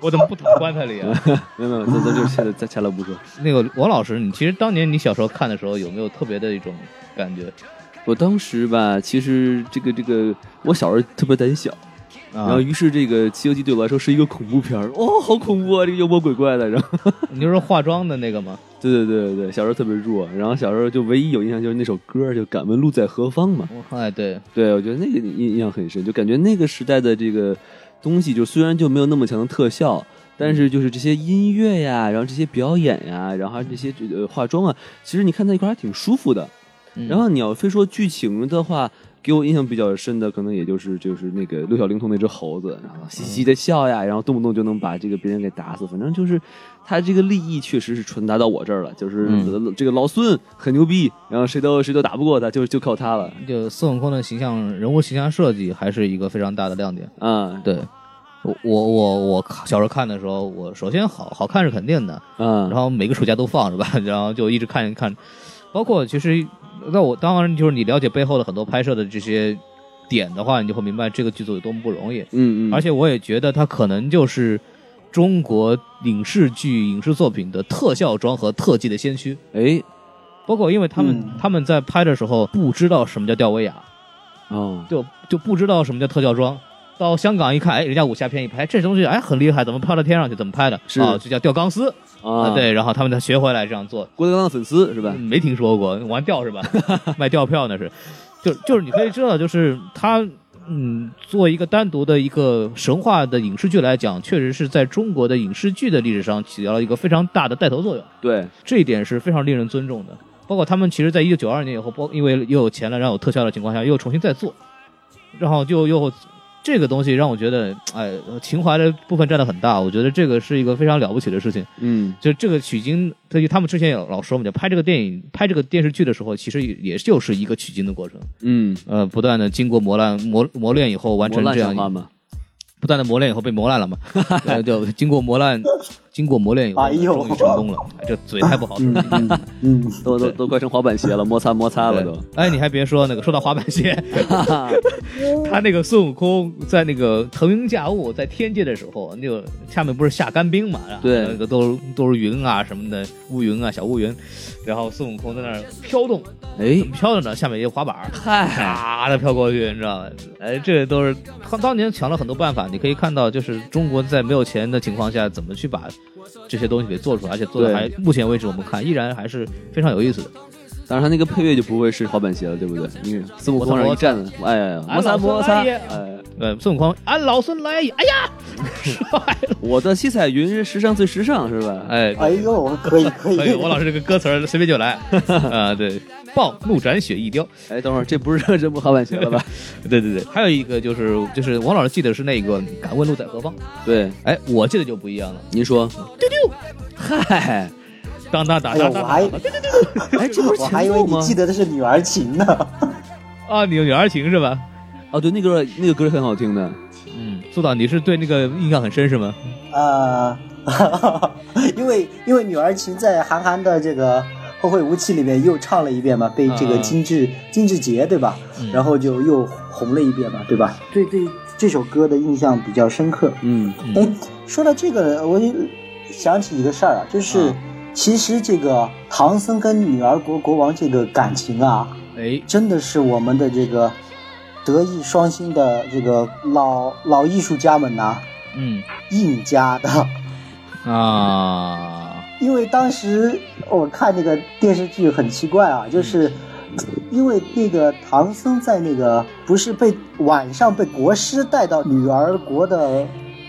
我怎么不捅棺材里啊？没有没有，咱咱就下来下来不说。 那个王老师，你其实当年你小时候看的时候，有没有特别的一种感觉？我当时吧，其实这个这个，我小时候特别胆小，然啊后，于是这个《西游记》对我来说是一个恐怖片儿，哦，好恐怖啊，这个妖魔鬼怪的。然后，你就说化妆的那个吗？对对对对对，小时候特别弱，然后小时候就唯一有印象就是那首歌，就《敢问路在何方》嘛。哎，对，对，我觉得那个印印象很深，就感觉那个时代的这个东西，就虽然就没有那么强的特效，但是就是这些音乐呀，然后这些表演呀，然后还有这些呃化妆啊，其实你看在一块儿还挺舒服的。嗯然后你要非说剧情的话，给我印象比较深的，可能也就是就是那个六小龄童那只猴子，然后嘻嘻的笑呀，然后动不动就能把这个别人给打死，反正就是他这个利益确实是传达到我这儿了，就是嗯这个老孙很牛逼，然后谁都谁都打不过他，就就靠他了就孙悟空的形象、人物形象设计还是一个非常大的亮点。啊，对，我我我我小时候看的时候，我首先好好看是肯定的，啊，然后每个暑假都放是吧？ 然后就一直看看，包括其实那我当然就是你了解背后的很多拍摄的这些点的话，你就会明白这个剧组有多么不容易。嗯嗯，而且我也觉得它可能就是中国影视剧、影视作品的特效妆和特技的先驱。哎包括因为他们、嗯他们在拍的时候不知道什么叫吊威亚，哦，就就不知道什么叫特效妆。到香港一看，哎，人家武侠片一拍，这东西哎很厉害，怎么飘到天上去？怎么拍的？是啊，就叫吊钢丝。啊，，嗯对，然后他们才学回来这样做，郭德纲的粉丝是吧？嗯没听说过，玩吊是 吧？卖吊票那是，就就是你可以知道，就是他。嗯，做一个单独的一个神话的影视剧来讲，确实是在中国的影视剧的历史上起到了一个非常大的带头作用，对，这一点是非常令人尊重的。包括他们其实，在一九九二年以后，包因为又有钱了，然后有特效的情况下，又重新再做，然后就又这个东西让我觉得，哎，情怀的部分占的很大。我觉得这个是一个非常了不起的事情。嗯，就这个取经，他就他们之前也老说嘛，就拍这个电影、拍这个电视剧的时候，其实也也就是一个取经的过程，嗯，呃，不断的经过磨难、磨磨练以后，完磨成烂这神样，话嘛，不断的磨练以后被磨烂了 嘛，呃就经过磨难，经过磨练以后，哎呦终于成 功了。哎这嘴太不好使嗯了。 嗯嗯，都都对都快成滑板鞋了，摩擦摩擦了对都。哎，你还别说，那个说到滑板鞋， 他那个孙悟空在那个腾云驾雾在天界的时候，那个下面不是下干冰嘛，然后对那个都都是云啊什么的，乌云啊小乌云，然后孙悟空在那儿飘动，哎 怎，么飘的呢？下面一个滑板儿，嗨，啪的飘过去，你知道吗？哎，这都是他当年想了很多办法。你可以看到，就是中国在没有钱的情况下，怎么去把这些东西给做出来，而且做的对还目前为止我们看依然还是非常有意思的。当然他那个配乐就不会是滑板鞋了，对不 对？因为孙悟空往上一站，哎，摩擦摩擦，哎，呃，孙悟空，俺老孙来也，哎呀，我的七彩云是时尚最时尚是吧？哎，哎呦，可以可以，可以，哎我老师这个歌词儿随便就来啊，对，暴怒斩雪一雕，哎，等会儿这 不是这不滑板鞋了 吧？对对对，还有一个就是就是王老师记得是那个敢问路在何方，对，哎，我记得就不一样了，您说，丢丢，嗨，当当哎当呦，当我当还哎，这不是我还以前为奏你吗？记得的是女儿情呢。啊，你有女儿情是吧？哦，对，那个那个歌很好听的，嗯，苏导，你是对那个印象很深是吗？呃， 因为因为女儿情在韩寒的这个《后会无期》里面又唱了一遍嘛，被这个嗯金志、金志杰对吧？嗯然后就又红了一遍嘛，对吧？对对，这首歌的印象比较深刻。嗯，哎，说到这个，我想起一个事儿啊，就是、嗯其实这个唐僧跟女儿国国王这个感情啊，哎，真的是我们的这个德艺双馨的这个老老艺术家们呐、 嗯硬加的。啊，因为当时我看那个电视剧很奇怪啊，就是因为那个唐僧在那个不是被晚上被国师带到女儿国的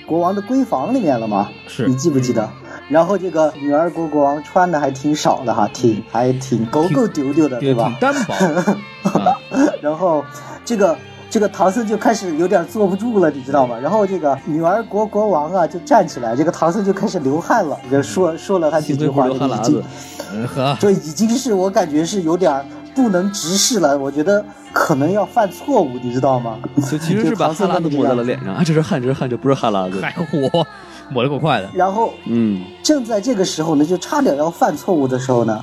国王的闺房里面了吗？是你记不记得？然后这个女儿国国王穿的还挺少的哈，挺还挺勾勾丢丢的，对这个吧挺？单薄啊， 然后这个这个唐僧就开始有点坐不住了，你知道吗？然后这个女儿国国王啊就站起来，这个唐僧就开始流汗了，就说说了他几幸句亏不话，这个是流啊哈已喇经子，嗯呵，就已经是我感觉是有点儿不能直视了，我觉得可能要犯错误，你知道吗？就其实是把哈喇子抹在了脸上啊，这是汗，这是汗，这不是哈喇子还，火，抹得够快的，然后嗯，正在这个时候呢，就差点要犯错误的时候呢，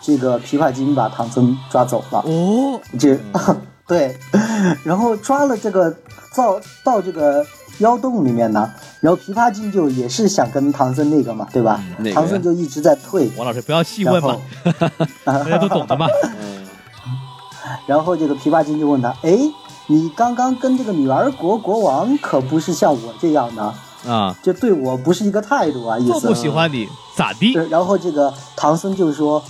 这个琵琶精把唐僧抓走了。哦，这 对，然后抓了这个到到这个妖洞里面呢，然后琵琶精就也是想跟唐僧那个嘛，对吧？嗯哪个呀唐僧就一直在退，王老师不要细问嘛，大家都懂的嘛，然后这个琵琶精就问他，哎，你刚刚跟这个女儿国国王可不是像我这样的，啊，就对我不是一个态度啊，意就思不。喜欢你咋地？对然后这个唐僧就说。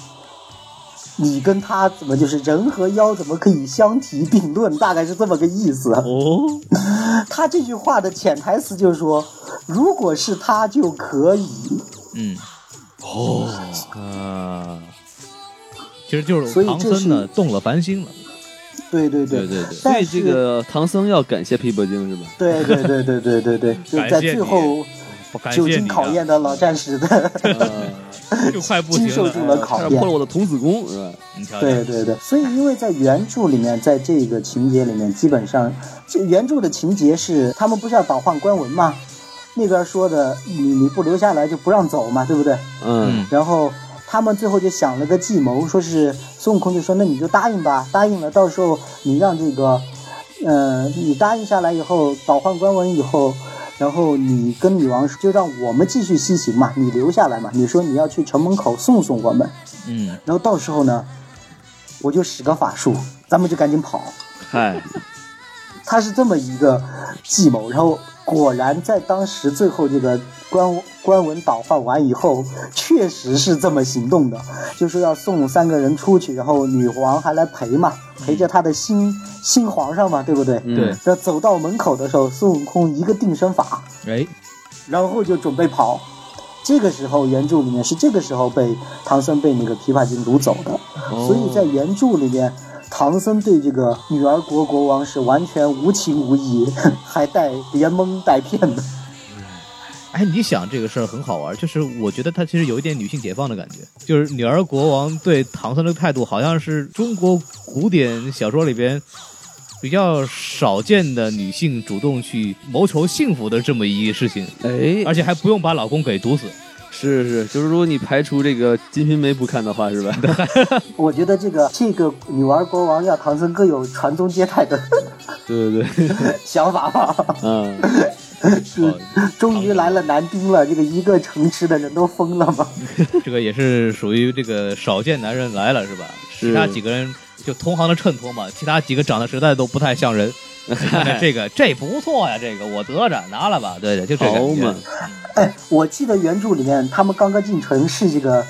你跟他怎么就是人和妖怎么可以相提并论？大概是这么个意思。哦，他这句话的潜台词就是说，如果是他就可以，嗯，哦，啊，其实就是所以唐这僧呢是动了凡心了，对对对对对对，所但以是这个唐僧要感谢琵琶精是吧？对对对对对对对，就在最后我感久谢经你考啊，验的老战士的就快不经行受了，住了考差点破了验。我的童子功是吧？你瞧瞧，对对对，所以因为在原著里面，在这个情节里面，基本上这原著的情节是他们不是要倒换官文吗？那边说的你你不留下来就不让走嘛，对不对？嗯，然后他们最后就想了个计谋，说是孙悟空就说那你就答应吧，答应了，到时候你让这个，呃，你答应下来以后，倒换官文以后，然后你跟女王说就让我们继续西行嘛，你留下来嘛，你说你要去城门口送送我们，嗯，然后到时候呢，我就使个法术，咱们就赶紧跑。嗨，他是这么一个计谋，然后果然在当时最后这个关关文倒换完以后，确实是这么行动的，就说要送三个人出去，然后女皇还来陪嘛，陪着她的新新皇上嘛，对不对？对，那走到门口的时候，孙悟空一个定身法，哎，然后就准备跑。这个时候原著里面是这个时候被唐僧被那个琵琶精掳走的，所以在原著里面，唐僧对这个女儿国国王是完全无情无义， 还带连蒙带骗的。哎，你想这个事儿很好玩，就是我觉得他其实有一点女性解放的感觉，就是女儿国王对唐僧这个态度，好像是中国古典小说里边比较少见的女性主动去谋求幸福的这么一事情，哎，而且还不用把老公给毒死。是是，就是如果你排除这个《金瓶梅》不看的话，是 吧？我觉得这个这个女儿国王要唐僧各有传宗接代的 对对对，想法吧。嗯，是，终于来了男丁了，这个一个城池的人都疯了吗？这个也是属于这个少见男人来了是吧？其他几个人就同行的衬托嘛，其他几个长得实在都不太像 人。看看这个，这不错呀，这个我得着拿了吧，对对，就这感好嘛觉。哎，我记得原著里面他们刚刚进城是这个。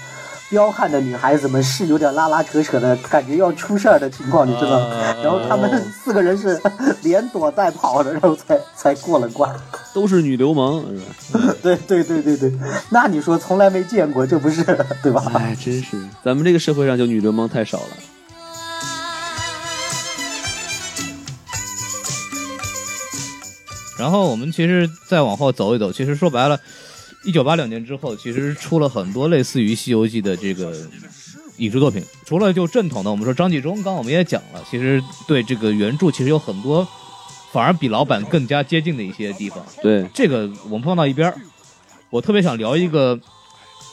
彪悍的女孩子们是有点拉拉扯扯的感觉，要出事儿的情况，你知道吗？然后他们四个人是连躲带跑的，然后才才过了 关。都是女流氓，是吧？对对对对对，那你说从来没见过，这不是对吧？哎，真是，咱们这个社会上就女流氓太少了。然后我们其实再往后走一走，其实说白了，一九八两年之后，其实出了很多类似于《西游记》的这个影视作品。除了就正统的，我们说张纪中，刚刚我们也讲了，其实对这个原著其实有很多反而比老版更加接近的一些地方。对，这个我们放到一边儿，我特别想聊一个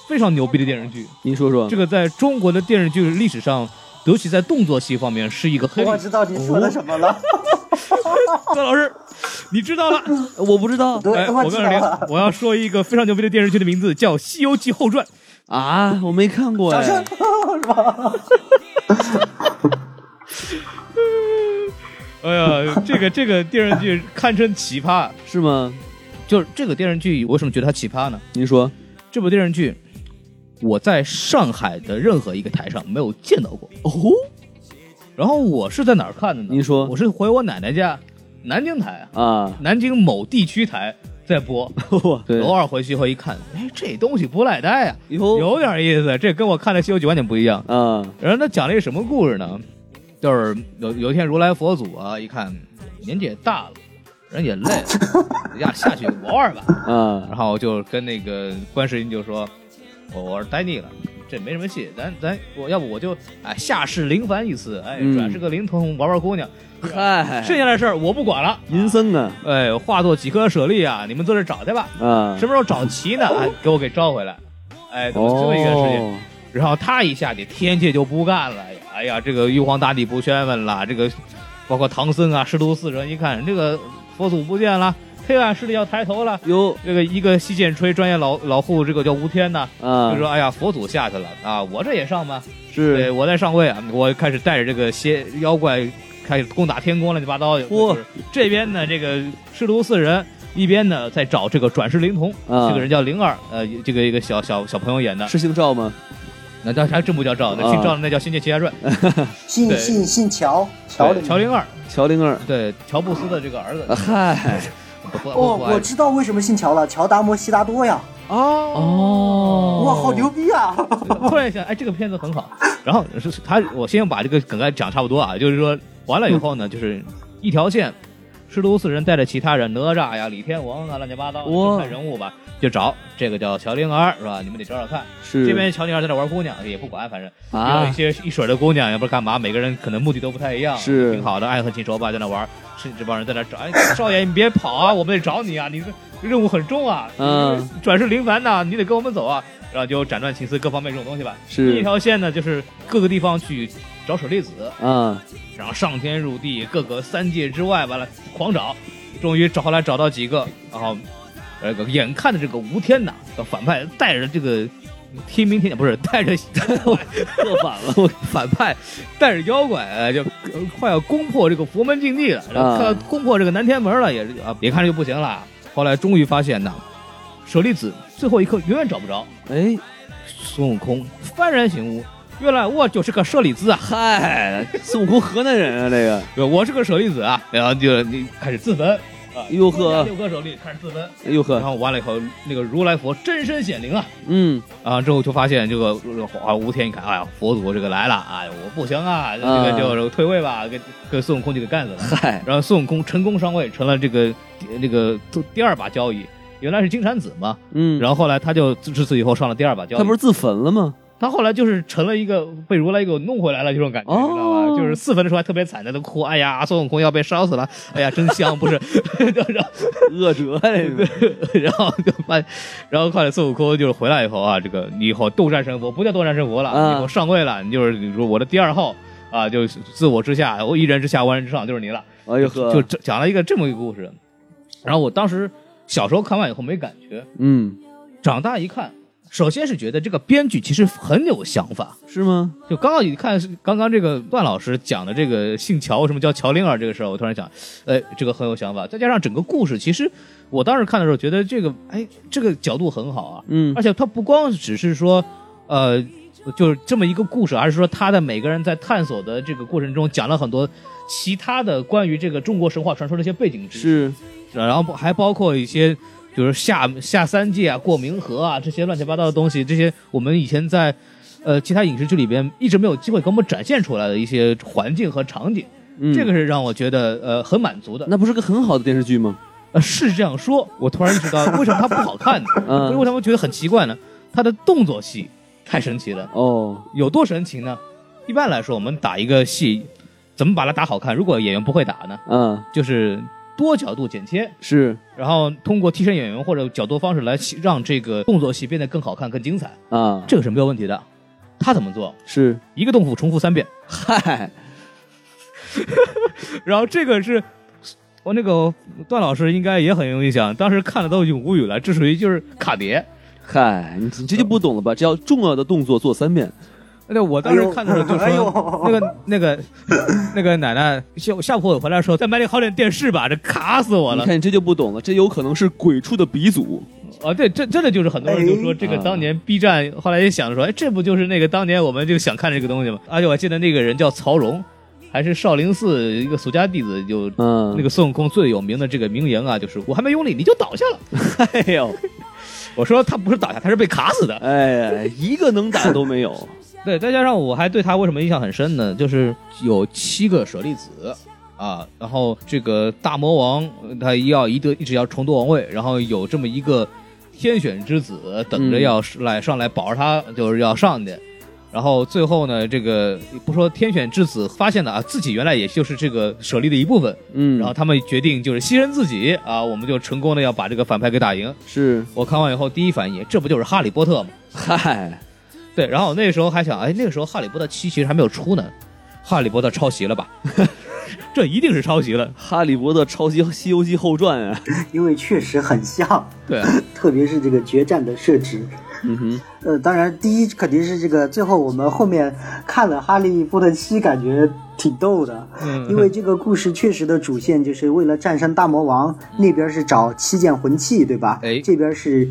非常牛逼的电视剧，您说说这，个在中国的电视剧历史上。尤其在动作戏方面是一个黑历我史。知道你说的什么了，段老师，你知道了？我不知道对，哎，我我告诉知道你了，。啊我要说一个非常牛逼的电视剧的名字，叫《西游记后传》。啊，我没看过哎。哎呀，这个这个电视剧堪称奇葩。是吗？就是这个电视剧，我为什么觉得它奇葩呢？您说，这部电视剧，我在上海的任何一个台上没有见到过。哦，然后我是在哪儿看的呢？您说我是回我奶奶家，南京台，啊，南京某地区台在 播。对，偶尔回去会一看，哎，这东西不赖呆啊，哟有点意思。这跟我看的《西游记》完全不一样。啊，然后他讲了一个什么故事呢？就是有有一天如来佛祖啊，一看年纪也大了，人也累了，呀下去玩玩 吧。啊然，后就跟那个观世音就说：“我我是呆腻了，这没什么戏，咱咱我要不我就哎下世灵凡一次，哎嗯哎转世个灵童玩玩姑娘，嗨剩下的事儿我不管了。银僧啊，哎，化作几颗舍利啊，你们坐这找去吧。啊，什么时候找齐呢？哎，给我给招回来。哎，怎么这么一个事情？哦然后他一下去，天界就不干了。哎呀，这个玉皇大帝不宣愤了，这个包括唐僧啊、师徒四人一看，这个佛祖不见了，黑暗势力要抬头了。哟这个一个西剑吹专业老老护，这个叫吴天呐，啊就，说：“哎呀，佛祖下去了啊，我这也上吧，对是我在上位啊，我开始带着这个些妖怪开始攻打天宫，乱七八糟。嚯就是这边呢，这个师徒四人，一边呢在找这个转世灵童，啊这个人叫灵儿，呃，这个一个小小小朋友演的，是姓赵吗？那当时还真不叫赵，啊那姓赵的那叫《仙剑奇侠传》，姓对姓姓乔，乔对林。乔灵儿，乔灵儿，对乔布斯的这个儿子。嗨，不不哦，不啊我知道为什么姓乔了，乔达摩悉达多呀！哦哇，好牛！逼啊！突然想，哎，这个片子很好。然后是是他，我先把这个梗概讲差不多啊，就是说完了以后呢，就是一条线，师徒四人带着其他人，哪吒呀、李天王啊，乱七八糟哇正派人物吧，就找这个叫乔灵儿是吧？你们得找找看。是这边乔灵儿在那玩姑娘，也不管，反正有一啊，些一水儿的姑娘，也不知道干嘛，每个人可能目的都不太一样，是挺好的，爱恨情仇吧，在那玩儿，是这帮人在那找，哎，少爷你别跑啊，我们得找你啊，你这任务很重啊，嗯，转世灵凡呐，你得跟我们走啊，然后就斩断情丝各方面这种东西吧。第一是条线呢，就是各个地方去找舍利子，啊，然后上天入地，各个三界之外，完了狂找，终于找后来找到几个，然后呃，眼看着这个吴天呐，这反派带着这个天兵天将不是带着 策反了，我反派带着妖怪，呃就呃快要攻破这个佛门禁地了，然后啊快要攻破这个南天门了，也是啊，别看这就不行了。后来终于发现呐，舍利子最后一刻永远找不着，哎，孙悟空幡然醒悟，原来我就是个舍利子啊！嗨，孙悟空河南人啊，这个，我是个舍利子啊，然后就你开始自焚，哟加呵啊六，颗舍利开始自焚，哟然呵，后完了以后，那个如来佛真身显灵啊，嗯，啊，之后就发现这个啊，吴天一看，哎呀，佛祖这个来了，哎，我不行啊，这个啊就是退位吧，给给孙悟空就给干死了。嗨，然后孙悟空成功上位，成了这个那个第二把交椅，原来是金蝉子嘛。嗯，然后后来他就自此以后上了第二把交椅，他不是自焚了吗？他后来就是成了一个被如来给我弄回来了这种感觉，哦你知道吧？就是四分的时候还特别惨，在那哭，哎呀，孙悟空要被烧死了，哎呀，真香，不是？ 然后恶哲这个， 然后就把，然后后来孙悟空就是回来以后啊，这个你以后斗战胜佛不叫斗战胜佛了，啊你以后上位了，你就是你说我的第二号啊，就自我之下，我一人之下万人之上就是你了，哎呦呵，就这讲了一个这么一个故事。然后我当时小时候看完以后没感觉，嗯，长大一看，首先是觉得这个编剧其实很有想法，是吗？就刚刚你看，刚刚这个段老师讲的这个姓乔，什么叫乔灵儿这个事儿，我突然想，呃，这个很有想法。再加上整个故事，其实我当时看的时候觉得这个，哎，这个角度很好啊。嗯而且它不光只是说，呃，就是这么一个故事，而是说他的每个人在探索的这个过程中，讲了很多其他的关于这个中国神话传说的一些背景知识，是，然后还包括一些。就是下下三界啊，过冥河啊，这些乱七八糟的东西，这些我们以前在呃其他影视剧里边一直没有机会给我们展现出来的一些环境和场景，嗯这个是让我觉得呃很满足的。那不是个很好的电视剧吗？呃，是这样说，我突然意识到为什么它不好看呢？ 嗯为什么觉得很奇怪呢？它的动作戏太神奇了，哦，有多神奇呢？一般来说，我们打一个戏，怎么把它打好看？如果演员不会打呢，嗯，就是多角度剪切，是然后通过替身演员或者角度方式来让这个动作戏变得更好看、更精彩，啊，这个是没有问题的。他怎么做？是，一个动作重复三遍， 嗨，然后这个是我那个段老师应该也很有印象，当时看了都已经无语了，这属于就是卡碟。嗨，你这就不懂了吧？只要重要的动作做三遍，那我当时看的时候就 哎呦说，那个那个那个奶奶下下铺回来说，再买点好点电视吧，这卡死我你了。看你这就不懂了，这有可能是鬼畜的鼻祖。啊，对，这真的就是很多人就说这个当年 B 站，后来也想着说，哎，这不就是那个当年我们就想看这个东西吗？而且我还记得那个人叫曹荣，还是少林寺一个俗家弟子，就嗯，那个孙悟空最有名的这个名言啊，就是我还没用力你就倒下了。哎呦，我说他不是倒下，他是被卡死的。哎呀，一个能打都没有。对，再加上我还对他为什么印象很深呢？就是有七个舍利子。啊，然后这个大魔王呃他要一个一直要重夺王位，然后有这么一个天选之子等着要是来上来保着他，就是要上去。然后最后呢，这个不说天选之子发现了啊，自己原来也就是这个舍利的一部分， 嗯，然后他们决定就是牺牲自己啊，我们就成功的要把这个反派给打赢。是，我看完以后第一反应，这不就是哈利波特吗？嗨，对，然后我那时候还想，哎，那个时候《哈利波特七》其实还没有出呢，《哈利波特》抄袭了吧？ 这一定是抄袭了。哈利波特抄袭《西游记后传》 啊。因为确实很像，对，特别是这个决战的设置。嗯哼，呃，当然，第一肯定是这个。最后我们后面看了《哈利波特七》，感觉挺逗的，嗯因为这个故事确实的主线就是为了战胜大魔王，那边是找七件魂器，对吧？哎这边是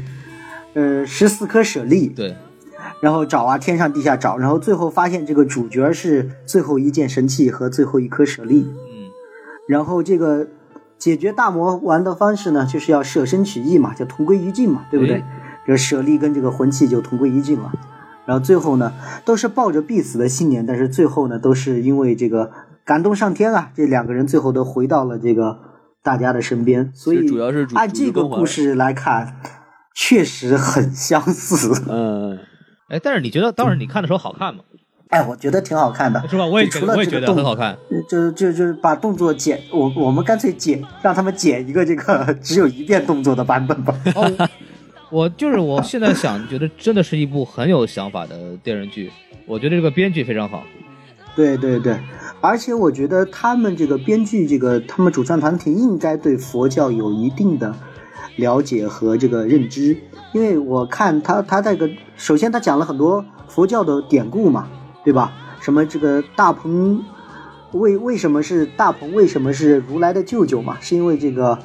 呃十四颗舍利，对，然后找啊，天上地下找，然后最后发现这个主角是最后一件神器和最后一颗舍利。嗯，然后这个解决大魔王的方式呢，就是要舍身取义嘛，叫同归于尽嘛，哎对不对？这舍利跟这个魂器就同归于尽了。然后最后呢，都是抱着必死的信念，但是最后呢，都是因为这个感动上天啊，这两个人最后都回到了这个大家的身边。所其以实主要是主按这个故，事来看，确实很相似。主角光环嗯，哎，但是你觉得当时你看的时候好看吗？哎，我觉得挺好看的。是吧？我也就觉除得，了我也这觉得个动很作好看。就就就是把动作剪，我我们干脆剪，让他们剪一个这个 只有一遍动作的版本吧。哦，我就是我现在想，觉得真的是一部很有想法的电视剧。我觉得这个编剧非常好。对对对，而且我觉得他们这个编剧，这个他们主创团体应该对佛教有一定的了解和这个认知，因为我看他他那个，首先他讲了很多佛教的典故嘛，对吧？什么这个大鹏为为什么是大鹏？为什么是如来的舅舅嘛？是因为这个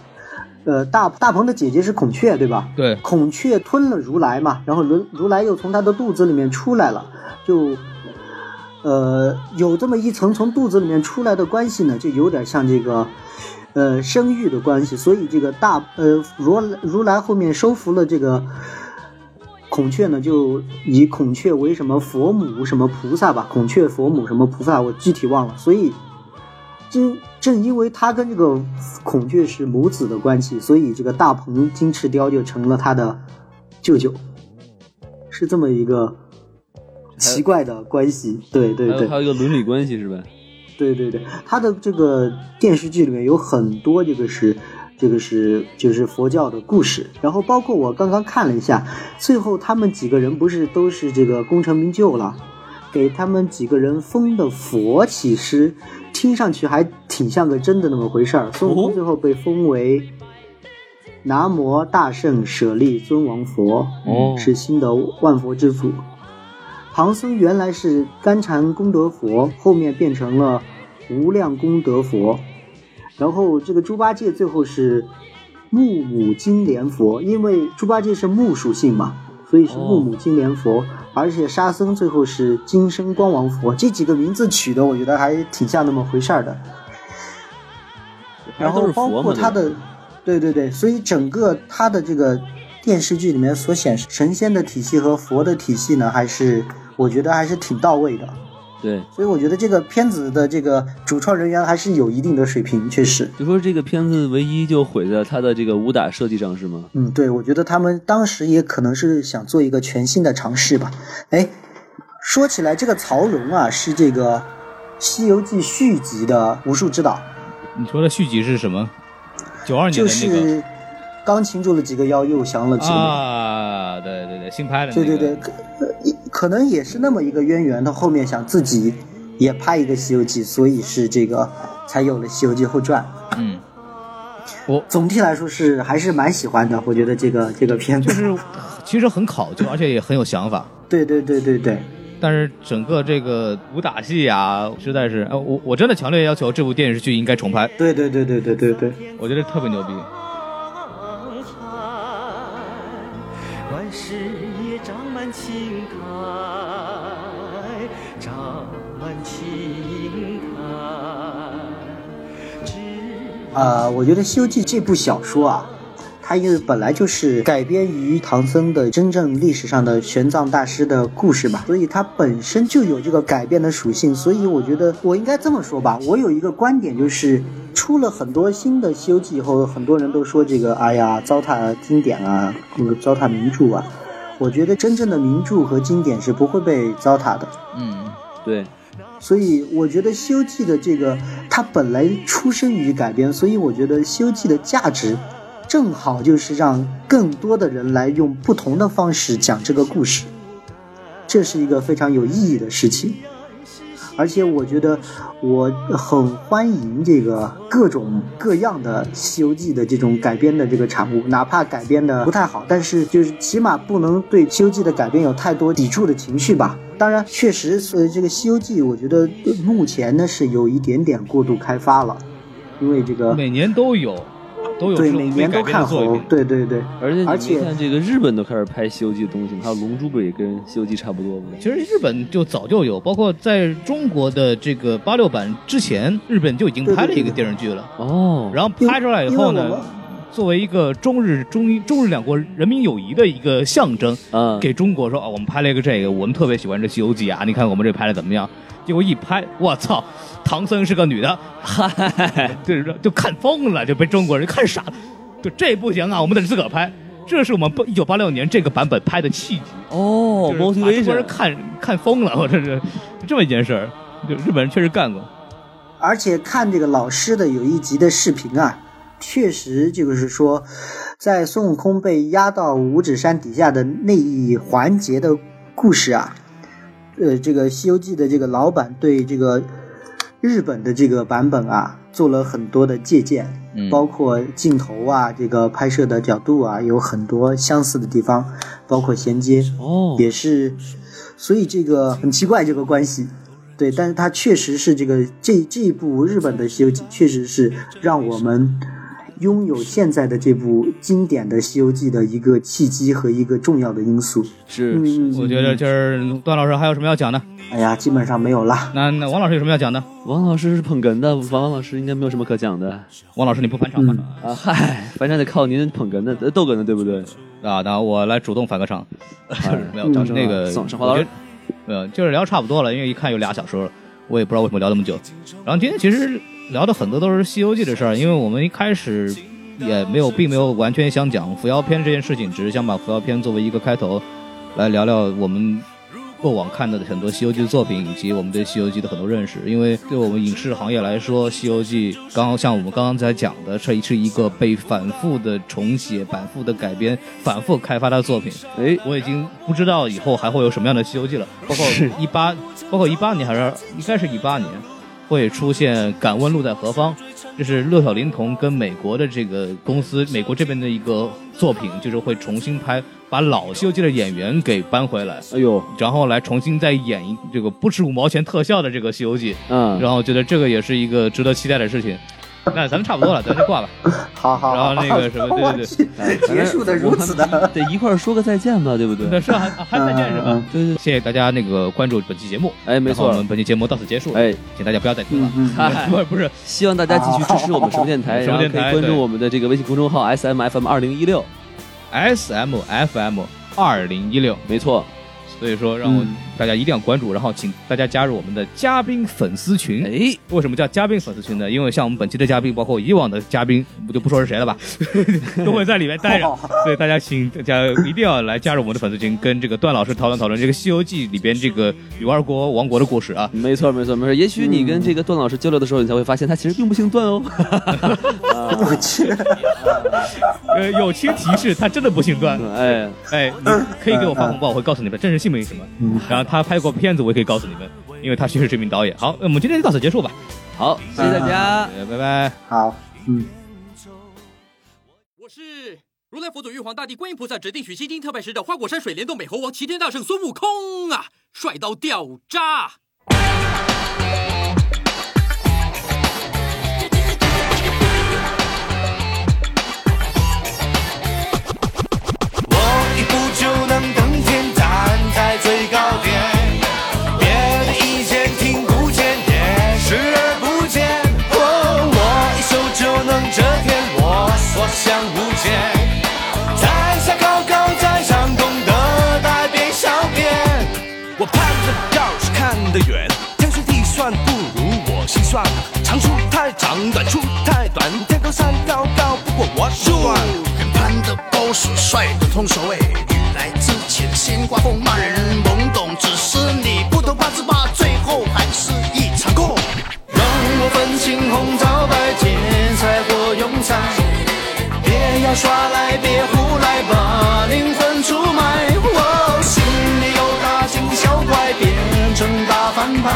呃，大大鹏的姐姐是孔雀，对吧？对，孔雀吞了如来嘛，然后如如来又从他的肚子里面出来了，就，呃，有这么一层从肚子里面出来的关系呢，就有点像这个，呃，生育的关系。所以这个大呃如如来后面收服了这个孔雀呢，就以孔雀为什么佛母什么菩萨吧，孔雀佛母什么菩萨，我具体忘了。所以正正因为他跟这个孔雀是母子的关系，所以这个大鹏金翅雕就成了他的舅舅，是这么一个奇怪的关系。对对还有对还有一个伦理关系是吧？对对对，他的这个电视剧里面有很多这个是。这个是就是佛教的故事，然后包括我刚刚看了一下，最后他们几个人不是都是这个功成名就了，给他们几个人封的佛，其实听上去还挺像个真的那么回事儿。孙悟空最后被封为南无大圣舍利尊王佛，哦是新的万佛之祖。唐僧原来是干禅功德佛，后面变成了无量功德佛。然后这个猪八戒最后是木母金莲佛，因为猪八戒是木属性嘛，所以是木母金莲佛。而且沙僧最后是金身光王佛，这几个名字取的，我觉得还挺像那么回事儿的。然还都后是包佛嘛括他的，对对对，所以整个他的这个电视剧里面所显示神仙的体系和佛的体系呢，还是我觉得还是挺到位的。对，所以我觉得这个片子的这个主创人员还是有一定的水平，确实。就说这个片子唯一就毁在它的这个武打设计上是吗？嗯，对，我觉得他们当时也可能是想做一个全新的尝试吧。哎，说起来，这个曹荣啊，是这个《西游记》续集的武术指导，你说的续集是什么？九二年就的那个、是刚擒住了几个妖，又降了几个魔。啊，对对对，新拍的那对个，对对，可呃可能也是那么一个渊源，他后面想自己也拍一个《西游记》，所以是这个才有了《西游记后传》。嗯，总体来说是还是蛮喜欢的，我觉得这个这个片子， 就是其实很考究，而且也很有想法。对对对对对，但是整个这个武打戏啊，实在是，呃，我我真的强烈要求这部电视剧应该重拍，对对对对对对对。我觉得特别牛逼。万事也长满情慨，长满情慨。只呃，我觉得《西游记》这部小说啊，它因为本来就是改编于唐僧的真正历史上的玄奘大师的故事吧，所以它本身就有这个改变的属性。所以我觉得我应该这么说吧，我有一个观点就是。出了很多新的《西游记》以后，很多人都说这个，哎呀，糟蹋经典啊，那个糟蹋名著啊。我觉得真正的名著和经典是不会被糟蹋的，嗯，对，所以我觉得《西游记》的这个它本来出生于改编，所以我觉得《西游记》的价值正好就是让更多的人来用不同的方式讲这个故事，这是一个非常有意义的事情。而且我觉得我很欢迎这个各种各样的《西游记》的这种改编的这个产物，哪怕改编的不太好，但是就是起码不能对《西游记》的改编有太多抵触的情绪吧。当然，确实，呃，这个《西游记》我觉得呃目前呢是有一点点过度开发了，因为这个每年都有，都有对这每种被年改都编的看作好品，，对对对，而且你而没且看这个日本都开始拍《西游记》的东西，还有《龙珠》不是也跟《西游记》差不多吗？其实日本就早就有，包括在中国的这个八六版之前，日本就已经拍了一个电视剧了。哦，然后拍出来以后因为我呢们，作为一个中日中中日两国人民友谊的一个象征，啊，给中国说啊，我们拍了一个这个，我们特别喜欢这《西游记》啊，你看我们这拍的怎么样？结果一拍，我操，唐僧是个女的，嗨，对，就看疯了，就被中国人看傻了，就这不行啊，我们得自个儿拍。这是我们一九八六年这个版本拍的契机，哦就是把中国人，motivation，看看疯了，我 这是这么一件事儿，就日本人确实干过。而且看这个老师的有一集的视频啊，确实就是说，在孙悟空被压到五指山底下的那一环节的故事啊，呃，这个《西游记》的这个老板对这个日本的这个版本啊，做了很多的借鉴，嗯包括镜头啊，这个拍摄的角度啊，有很多相似的地方，包括衔接。哦，也是，所以这个很奇怪这个关系，对，但是它确实是这个这这一部日本的《西游记》确实是让我们拥有现在的这部经典的《西游记》的一个契机和一个重要的因素。是是嗯，我觉得今儿段老师还有什么要讲的？哎呀，基本上没有了。那那王老师有什么要讲的？王老师是捧哏的，王老师应该没有什么可讲的王老师你不返场吗？嗯，啊。嗨，反正得靠您捧哏的、呃逗哏的，对不 对？啊，那我来主动返个场，没有，当时那个上上华我老觉师得，没有，就是聊差不多了，因为一看有俩小时了，我也不知道为什么聊那么久。然后今天其实聊的很多都是《西游记》的事儿，因为我们一开始也没有，并没有完全想讲扶摇篇这件事情，只是想把扶摇篇作为一个开头，来聊聊我们过往看到的很多《西游记》的作品，以及我们对《西游记》的很多认识。因为对我们影视行业来说，《西游记》刚刚像我们刚刚才讲的，这是一个被反复的重写、反复的改编、反复开发的作品。哎，我已经不知道以后还会有什么样的《西游记》了。包括一八，包括一八年还是应该是一八年，会出现《敢问路在何方》，就是六小龄童跟美国的这个公司，美国这边的一个作品，就是会重新拍，把老《西游记》的演员给搬回来。哎呦，然后来重新再演一这个不值五毛钱特效的这个《西游记》，嗯，然后我觉得这个也是一个值得期待的事情。那咱们差不多了，咱就挂吧。好好好。然后那个什么，对对对，对， 结束的如此的。嗯得一块儿说个再见吧，对不那对？是还还再见是吧？对对，谢谢大家那个关注本期节目，哎，没然后我错们，本期节目到此结束，哎，请大家不要再听了。嗯，嗨 不是不是， 希望大家继续支持我们什么电台， 什然么后可以电台关注对我们的这个微信公众号 S M F M 二零一六， S M F M 二零一六，没错，所以说让我嗯大家一定要关注，然后请大家加入我们的嘉宾粉丝群。哎，为什么叫嘉宾粉丝群呢？因为像我们本期的嘉宾，包括以往的嘉宾，我就不说是谁了吧， 都会在里面待哦着。所以大家请大家一定要来加入我们的粉丝群，跟这个段老师讨论讨论这个《西游记》里边这个女娲国王国的故事啊。没错没错没错。也许你嗯跟这个段老师交流的时候，你才会发现他其实并不姓段哦。 我去，呃，友情提示，他真的不姓段。哎，哎，你可以给我发红包，我会告诉你们真实姓名是什么。然后他拍过片子，我也可以告诉你们，因为他确实是一名导演。好，那我们今天就到此结束吧，好，谢谢大家。呃拜拜。好，嗯。我是如来佛祖、玉皇大帝、观音菩萨指定取西经特派使者花果山水帘洞美猴王齐天大圣孙悟空啊，帅到掉渣！我一步就能登天，站在最高点。别的意见听不见，也视而不见。哦，我一手就能遮天，我所向无前。在下高高在上，懂得百变小变。我攀得高是看得远，天算地算不如我心算，长处太长，短处太短，天高山高高不过我手短。人攀的高是帅的通手哎，雨来之前先刮风，骂人懵懂，只是你不懂八字八，最后还是一场空。让我分清红皂白，剪裁或用裁，别要耍赖，别胡来，把灵魂出卖。哦，心里有大惊小怪，变成大反派。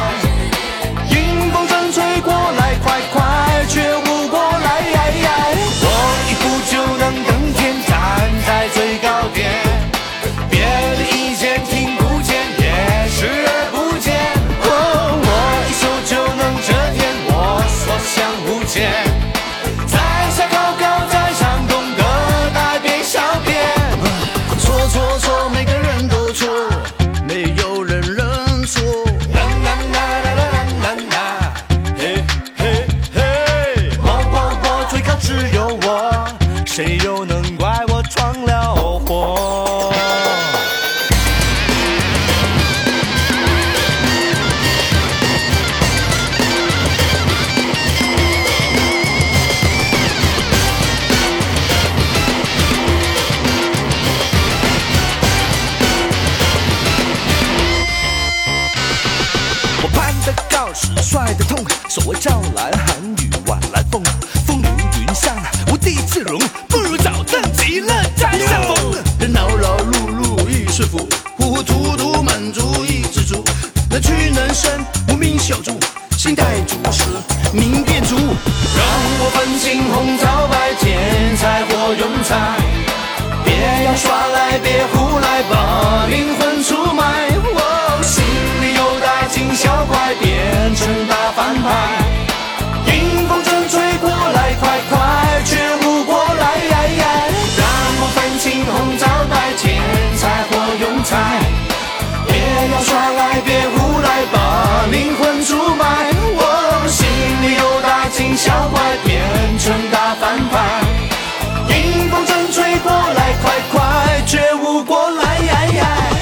迎风正吹过来，快快觉悟过来！我一步就能登天，站在最高点，别的意见听不见，也视而不见。哦，我一手就能遮天，我所向无前。在下高高在上，懂得大变小变。错错错，每个人都错，没有人认错。啦啦啦啦啦啦啦啦，嘿嘿嘿！我我我最高只有我，谁又能怪我闯了祸？我攀得高是帅得痛，所谓赵兰韩语晚来风，风如云山，无地自容，不如找正极乐在相逢。人劳劳碌碌亦是福，糊糊涂涂满足一知足，能屈能伸，无名小卒，心态足实，明辨足。让我分清红皂白，剪裁或用裁，别要耍赖，别胡来，把灵魂出卖。哦，心里有大惊小怪，变成大反派。迎要耍赖，别胡来，把灵魂出卖。我心里有大惊小怪，变成大反派。迎风正吹过来，快快觉悟过来。哎哎